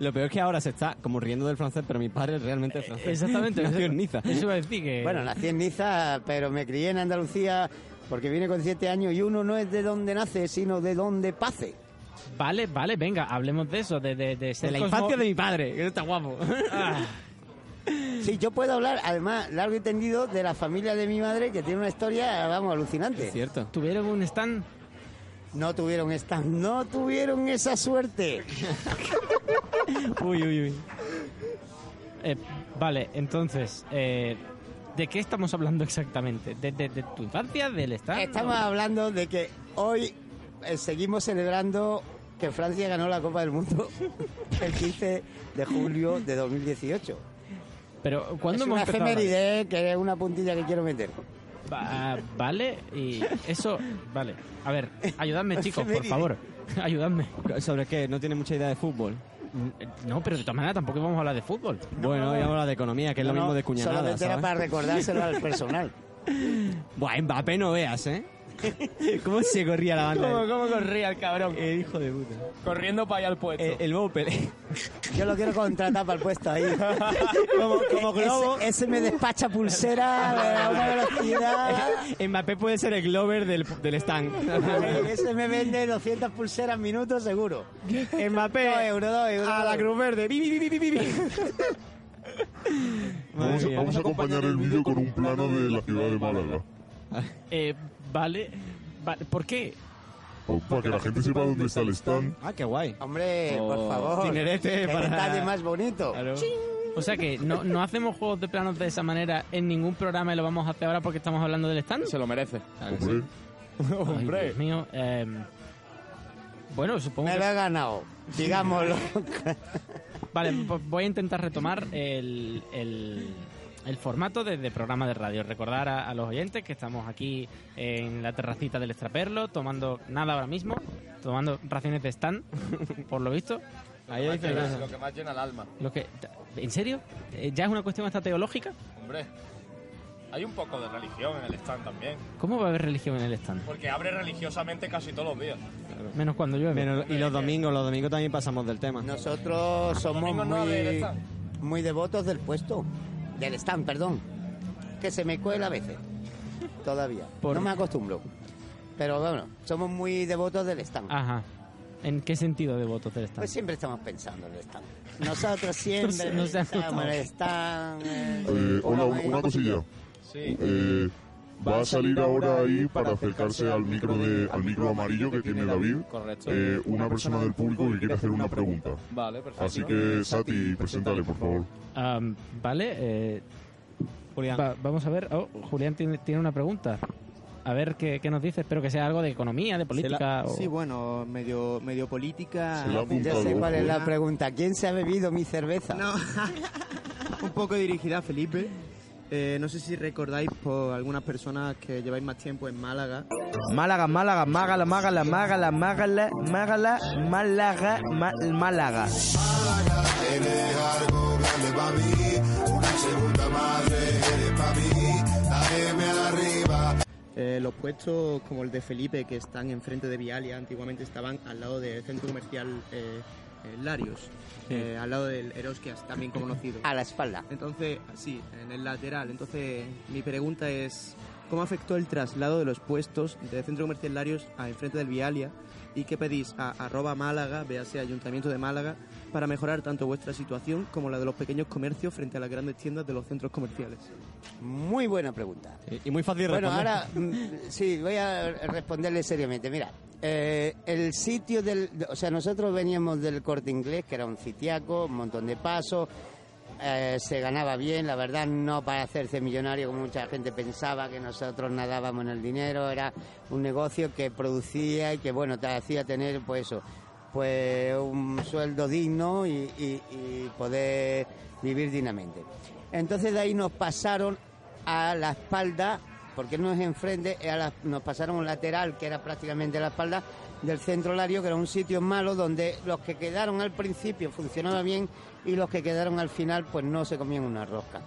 Lo peor es que ahora se está como riendo del francés, pero mi padre es realmente francés. *laughs* Exactamente. Nació eso- en Niza. Eso iba a decir Eh. que... Bueno, nací en Niza, pero me crié en Andalucía porque vine con siete años y uno no es de donde nace, sino de donde pase. Vale, vale, venga, hablemos de eso, de, de, de De ser la cosmo- Ah, infancia de mi padre, que está guapo. Sí, yo puedo hablar, además, largo y tendido, de la familia de mi madre que tiene una historia, vamos, alucinante. *laughs* Es cierto. Tuvieron un stand... No tuvieron esta, no tuvieron esa suerte. Uy, uy, uy. Eh, vale, entonces... eh, ¿De qué estamos hablando exactamente? ¿De, de- de tu infancia? ¿Del stand? Estamos hablando de que hoy eh, seguimos celebrando que Francia ganó la Copa del Mundo *laughs* el 15 de julio de 2018. Pero, ¿cuándo es hemos una empezado a hablar? efeméride que es una puntilla que quiero meter. Va- vale, y eso, vale. A ver, *laughs* ayudadme chicos, por Efeméride. favor. *laughs* Ayudadme. ¿Sobre qué? No tiene mucha idea de fútbol. No, pero de todas maneras tampoco vamos a hablar de fútbol. bueno, ya habla de economía, que es lo No, mismo de Solamente cuñadas. era para recordárselo al personal. Buah, Mbappé no veas, ¿eh? ¿Cómo se corría la banda? ¿Cómo, cómo corría el cabrón? El hijo de puta. Eh, Corriendo para allá al puesto. El, el Bob Pelé. Yo lo quiero contratar para el puesto ahí. *laughs* como, como globo. Ese, ese me despacha pulsera eh, a una velocidad. *laughs* Mbappé puede ser el Glover del, del *laughs* stand. Ese me vende 200 pulseras al minuto seguro. Mbappé. Dos euros, dos euros. A la Cruz Verde. Bi, bi, bi, bi, bi, bi. Vamos a, vamos a acompañar el vídeo con un plano de la ciudad de Málaga. Eh, vale, vale. ¿Por qué? O- Para que la gente sepa dónde está el stand. Ah, qué guay. Hombre, por favor. Tinerete Qué para- detalle más bonito. Claro. O sea que no, no hacemos juegos de planos de esa manera en ningún programa y lo vamos a hacer ahora porque estamos hablando del stand. Se lo *laughs* merece. Hombre, Ay, Dios mío. eh, bueno, supongo Me que lo he ganado, *laughs* digámoslo. Vale, pues voy a intentar retomar el, el- el formato de, de programa de radio. Recordar a, a los oyentes que estamos aquí en la terracita del Extraperlo, tomando nada ahora mismo, tomando raciones de stand, *laughs* por lo visto. Ahí dice Lo que más llena el alma. Lo que, ¿En serio? Eh, ¿Ya es una cuestión hasta teológica? Hombre, hay un poco de religión en el stand también. ¿Cómo va a haber religión en el stand? Porque abre religiosamente casi todos los días. Menos cuando llueve. Menos- y los domingos, los domingos también pasamos del tema. Nosotros somos Domingo no, del muy, stand. muy devotos del puesto, del stand, perdón. Que se me cuela a veces, todavía. Por- No me acostumbro. Pero bueno, somos muy devotos del stand. Ajá. ¿En qué sentido de votos del stand? Pues siempre estamos pensando en el stand. *laughs* Nosotros siempre No se- no se ha estamos en el stand. eh, eh, hola, una, una cosilla. Sí. Eh, va a salir ahora ahí para acercarse al micro de al micro amarillo que tiene David. Correcto. eh, una persona del público que quiere hacer una pregunta. Vale, perfecto. Así que, Sati, preséntale, por favor. Am, vale, eh, Julián. va- vamos a ver. Oh, Julián tiene, tiene una pregunta. A ver qué, qué nos dice. Espero que sea algo de economía, de política. o- Sí, bueno, medio, medio política. Se lo ha Ya apuntado. sé cuál es la Ah. pregunta. ¿Quién se ha bebido mi cerveza? No. Un poco dirigida a Felipe. Eh, no sé si recordáis por algunas personas que lleváis más tiempo en Málaga. Málaga, Málaga, Málaga, Málaga, Málaga, Málaga, Málaga, Málaga, Má- Málaga. Eh, los puestos como el de Felipe que están enfrente de Vialia antiguamente estaban al lado del centro comercial eh, eh, Larios, eh, al lado del Erosquias, también como conocido. A la espalda. Entonces, sí, en el lateral. Entonces, mi pregunta es, ¿cómo afectó el traslado de los puestos del centro comercial Larios a enfrente del Vialia? ¿Y qué pedís a arroba Málaga, véase Ayuntamiento de Málaga, para mejorar tanto vuestra situación como la de los pequeños comercios frente a las grandes tiendas de los centros comerciales? Muy buena pregunta. Y- Y muy fácil Bueno, responder. ahora mm, sí, voy a responderle seriamente. Mira, eh, el sitio del. O sea, nosotros veníamos del corte inglés, que era un sitiaco, un montón de pasos. eh, se ganaba bien, la verdad, no para hacerse millonario como mucha gente pensaba, que nosotros nadábamos en el dinero. Era un negocio que producía y que, bueno, te hacía tener, pues eso, pues un sueldo digno y, y- y poder vivir dignamente. Entonces de ahí nos pasaron a la espalda, porque no es enfrente, es a la- nos pasaron un lateral que era prácticamente la espalda del centro horario, que era un sitio malo donde los que quedaron al principio funcionaba bien y los que quedaron al final pues no se comían una rosca.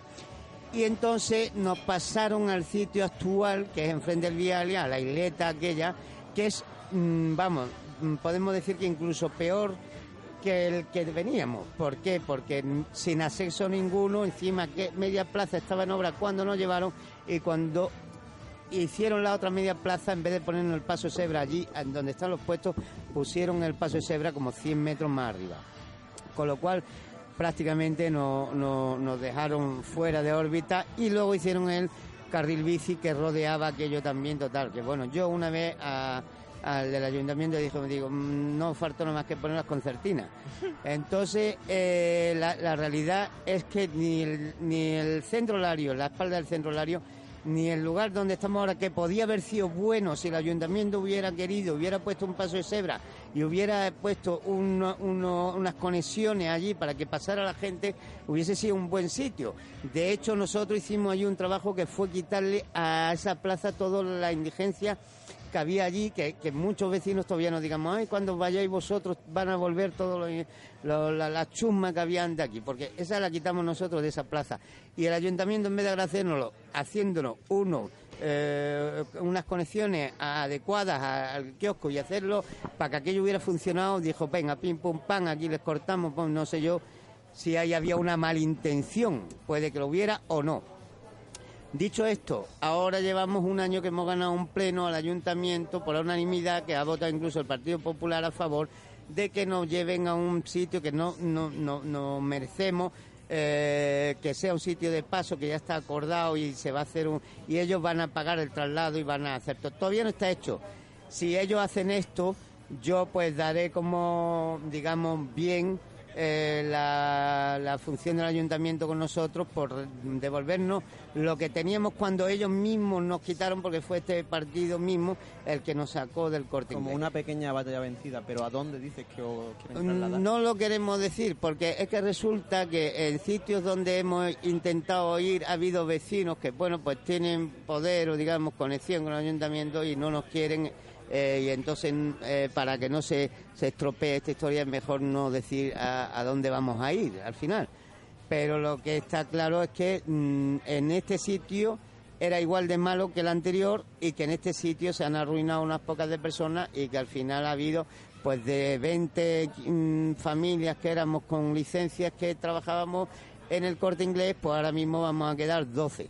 Y entonces nos pasaron al sitio actual, que es enfrente del Vialia, a la isleta aquella, que es, mm, vamos, mm, podemos decir que incluso peor que el que veníamos. ¿Por qué? Porque mm, sin acceso ninguno, encima que media plaza estaba en obra cuando nos llevaron y cuando hicieron la otra media plaza, en vez de ponernos el paso de cebra allí, en donde están los puestos, pusieron el paso de cebra como 100 metros más arriba. Con lo cual prácticamente no- no- nos dejaron fuera de órbita y luego hicieron el carril bici que rodeaba aquello también total. Que bueno, yo una vez a- al del ayuntamiento dijo, me digo, "Mm, no faltó nada más que poner las concertinas. Entonces, eh, la, la realidad es que ni el, ni el centro horario, la espalda del centro horario, ni el lugar donde estamos ahora, que podía haber sido bueno si el ayuntamiento hubiera querido, hubiera puesto un paso de cebra y hubiera puesto uno- uno- unas conexiones allí para que pasara la gente, hubiese sido un buen sitio. De hecho, nosotros hicimos allí un trabajo que fue quitarle a esa plaza toda la indigencia que había allí, que, que muchos vecinos todavía nos digamos, ay, cuando vayáis vosotros van a volver todos los, los- la, la chusma que había antes aquí, porque esa la quitamos nosotros de esa plaza. Y el ayuntamiento, en vez de agradecérnoslo, haciéndonos uno eh, unas conexiones adecuadas a- al kiosco y hacerlo para que aquello hubiera funcionado, dijo, venga, pim, pum, pam, aquí les cortamos, pum, no sé yo si ahí había una malintención, puede que lo hubiera o no. Dicho esto, ahora llevamos un año que hemos ganado un pleno al ayuntamiento por la unanimidad que ha votado incluso el Partido Popular a favor de que nos lleven a un sitio que no, no, no, no merecemos, eh, que sea un sitio de paso que ya está acordado y se va a hacer un... y ellos van a pagar el traslado y van a hacer todo. Todavía no está hecho. Si ellos hacen esto, yo pues daré como, digamos, bien eh, la, la función del ayuntamiento con nosotros por devolvernos lo que teníamos cuando ellos mismos nos quitaron, porque fue este partido mismo el que nos sacó del corte. Como inglés. una pequeña batalla vencida, pero ¿a dónde dices que os quieren trasladar? Mm, No lo queremos decir porque es que resulta que en sitios donde hemos intentado ir ha habido vecinos que, bueno, pues tienen poder o, digamos, conexión con el ayuntamiento y no nos quieren. eh, y entonces, eh, para que no se, se estropee esta historia, es mejor no decir a- a dónde vamos a ir al final. Pero lo que está claro es que mm, en este sitio era igual de malo que el anterior y que en este sitio se han arruinado unas pocas de personas y que al final ha habido pues de 20 mm, familias que éramos con licencias que trabajábamos en el corte inglés, pues ahora mismo vamos a quedar 12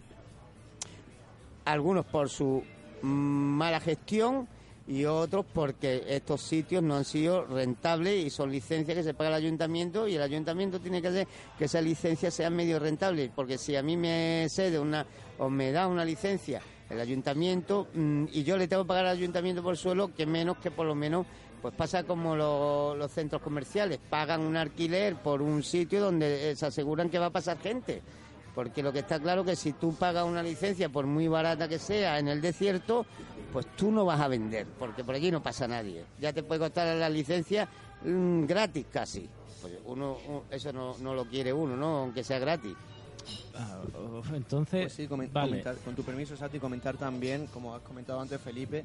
algunos por su mm, mala gestión y otros porque estos sitios no han sido rentables y son licencias que se paga el ayuntamiento y el ayuntamiento tiene que hacer que esa licencia sea medio rentable porque si a mí me cede una o me da una licencia el ayuntamiento mm, y yo le tengo que pagar al ayuntamiento por suelo que menos que por lo menos pues pasa como lo- los centros comerciales pagan un alquiler por un sitio donde eh, se aseguran que va a pasar gente porque lo que está claro que si tú pagas una licencia, por muy barata que sea, en el desierto, pues tú no vas a vender, porque por allí no pasa nadie. Ya te puede costar la licencia mm, gratis casi. Pues uno, u- eso no, no lo quiere uno, ¿no? Aunque sea gratis. Ah, Entonces, Pues sí, comen- vale. comentar- con tu permiso, Sati, comentar también, como has comentado antes, Felipe,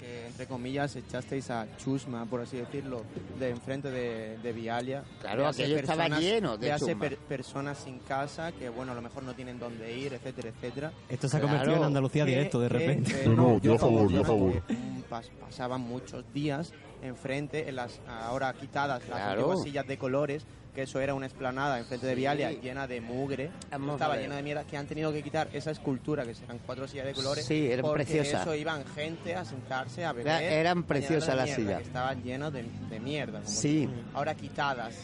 que entre comillas echasteis a Chusma, por así decirlo, de enfrente de, de Vialia. Claro, Véase aquello estaba personas- lleno de véase chusma. per- personas sin casa que, bueno, a lo mejor no tienen dónde ir, etcétera, etcétera. Esto se ha convertido en Andalucía directo, *laughs* de repente. eh, No, no, yo a yo favor, yo a Jonathan, favor. que pas- pasaban muchos días enfrente, en las ahora quitadas las Claro. antiguas sillas de colores, que eso era una esplanada enfrente de Sí. Vialia llena de mugre, Vamos a estaba ver. llena de mierda, que han tenido que quitar esa escultura que eran cuatro sillas de colores. Sí, eran porque preciosas. eso iban gente a sentarse, a beber. Era- eran a preciosas llenar de las mierda, sillas. que Estaban llenas de, de mierda. como Sí. tú. Ahora quitadas.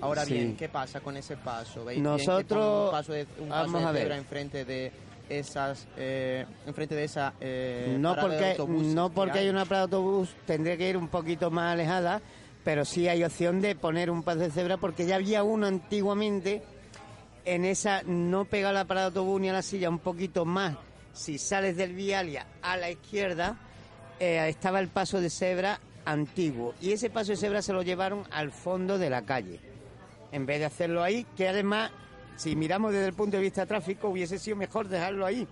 Ahora Sí. bien, ¿qué pasa con ese paso? ¿Veis bien que Nosotros- pongan un paso de, un paso vamos de a ver. cebra enfrente de esas eh, enfrente de esa eh, no parada de porque autobuses no que porque hay hay. una parada de autobús tendría que ir un poquito más alejada pero sí hay opción de poner un paso de cebra porque ya había uno antiguamente en esa no pega la parada de autobús ni a la silla un poquito más si sales del vialia a la izquierda eh, estaba el paso de cebra antiguo y ese paso de cebra se lo llevaron al fondo de la calle en vez de hacerlo ahí que además si miramos desde el punto de vista tráfico hubiese sido mejor dejarlo ahí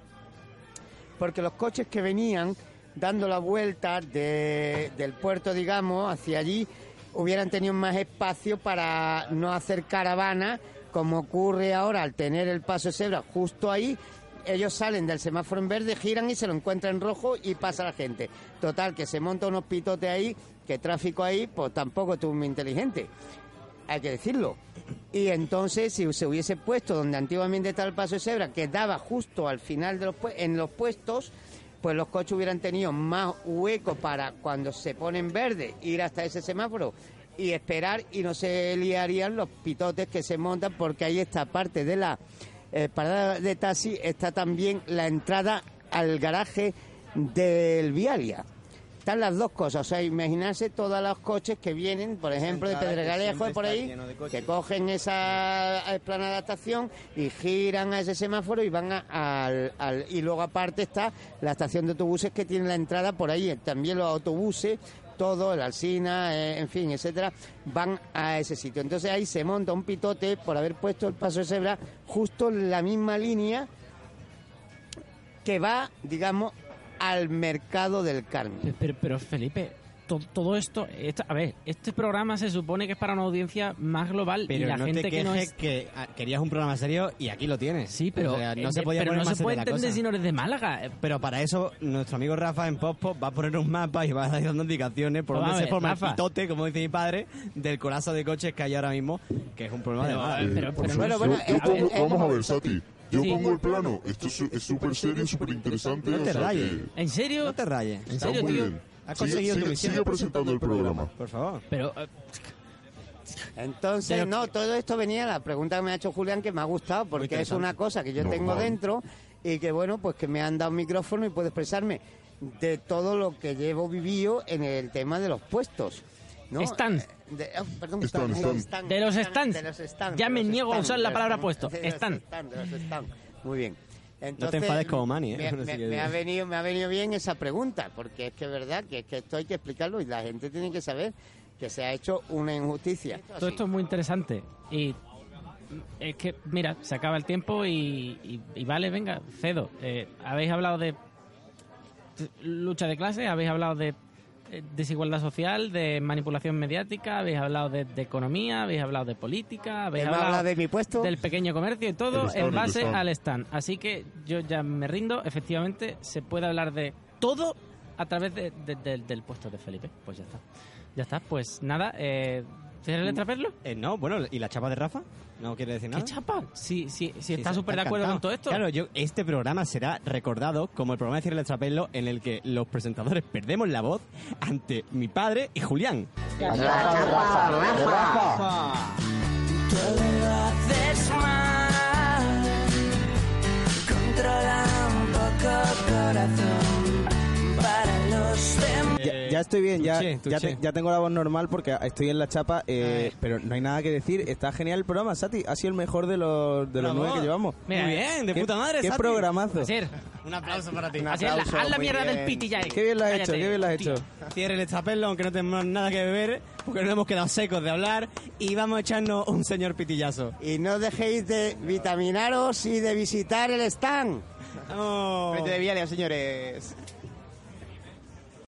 porque los coches que venían dando la vuelta de- del puerto, digamos, hacia allí, hubieran tenido más espacio para no hacer caravana, como ocurre ahora al tener el paso de cebra justo ahí. Ellos salen del semáforo en verde, giran y se lo encuentran en rojo y pasa la gente. Total, que se monta unos pitotes ahí, que tráfico ahí, pues tampoco estuvo muy inteligente hay que decirlo. Y entonces, si se hubiese puesto donde antiguamente estaba el paso de cebra, que daba justo al final de los pue- en los puestos, pues los coches hubieran tenido más hueco para cuando se pone en verde ir hasta ese semáforo y esperar y no se liarían los pitotes que se montan porque ahí esta parte de la eh, parada de taxi está también la entrada al garaje del Vialia. Están las dos cosas, o sea, imaginarse todos los coches que vienen, por ejemplo, de entrada que Pedregalejo siempre y por está ahí, lleno de coches. que cogen esa esplanada de estación y giran a ese semáforo y van a- al, al- Y luego aparte está la estación de autobuses que tiene la entrada por ahí, también los autobuses, todo, el Alsina, eh, en fin, etcétera, van a ese sitio. Entonces ahí se monta un pitote por haber puesto el paso de cebra justo en la misma línea que va, digamos, al mercado del Carmen. Eh, Pero, pero, Felipe, to- todo esto, esta- a ver, este programa se supone que es para una audiencia más global y Pero la no gente te que no quejes es que ah, querías un programa serio y aquí lo tienes. Sí, pero, no se eh, podía pero poner no más se puede seria la entender cosa. si no eres de Málaga. eh, Pero para eso, nuestro amigo Rafa en Pospo va a poner un mapa y va a dando indicaciones por Pues Vamos dónde a se ver, forma Rafa. el pitote, como dice mi padre, del corazo de coches que hay ahora mismo, que es un problema de eh, madre. Por supuesto. Yo pongo- vamos a ver, Sati. Yo pongo el plano. Esto es su- es súper serio, súper interesante. No te o sea rayes. que- ¿En serio? No te rayes. ¿En Está muy bien. Sigue- sigue- sigue presentando el programa. Por favor. Pero. Entonces, no, todo esto venía a la pregunta que me ha hecho Julián, que me ha gustado, porque es interesante. una cosa que yo tengo Normal. dentro y que, bueno, pues que me han dado un micrófono y puedo expresarme de todo lo que llevo vivido en el tema de los puestos. ¿no? Stands. De- oh, perdón, Stand, stand, stand. stand, De los stand, stands. de los stands, Ya de me los niego a stands, usar de la los palabra stands, puesto. de los Stand. stands, de los stands. Muy bien. No te Entonces, enfades como Manny, ¿eh? me- Así Me, que- me ha venido, me ha venido bien esa pregunta, porque es que es verdad que, es que esto hay que explicarlo y la gente tiene que saber que se ha hecho una injusticia. Todo esto es muy interesante. Y es que, mira, se acaba el tiempo y, y- y vale, venga, cedo. Eh, habéis hablado de t- lucha de clases, habéis hablado de eh, desigualdad social, de manipulación mediática, habéis hablado de, de economía, habéis hablado de política, habéis Hemos hablado Pues hablado de mi puesto. del pequeño comercio y todo El stand, en base el stand. al stand. Así que yo ya me rindo, efectivamente se puede hablar de todo a través de- de- de- del puesto de Felipe. Pues ya está. Ya está, pues nada, eh, ¿tienes el Mm. extraperlo? Eh, no, bueno, ¿y la chapa de Rafa? ¿No quiere decir nada? ¿Qué chapa? Si, si, si Sí, está sí, súper de acuerdo con encantado. todo esto. Claro, yo, este programa será recordado como el programa de Cierre el Trapelo en el que los presentadores perdemos la voz ante mi padre y Julián. Todo lo haces mal. Controla un poco corazón para los demás. Ya, ya estoy bien, ya, Touché, ya, touché. te- ya tengo la voz normal porque estoy en la chapa, eh, pero no hay nada que decir. Está genial el programa, Sati. Ha sido el mejor de los, de los Bravo. nueve que llevamos. Mira, eh. Muy bien, de ¿Qué- puta madre, Qué Sati. programazo. Asier, Un aplauso para ti. Asier, la- haz la mierda del piti ya. eh. Qué bien lo has hecho, Cállate. qué bien lo has hecho. Cierre el Trapelo, aunque no tenemos nada que beber, porque nos hemos quedado secos de hablar y vamos a echarnos un señor pitillazo. Y no dejéis de vitaminaros y de visitar el stand. No. Frente de Vialia, señores.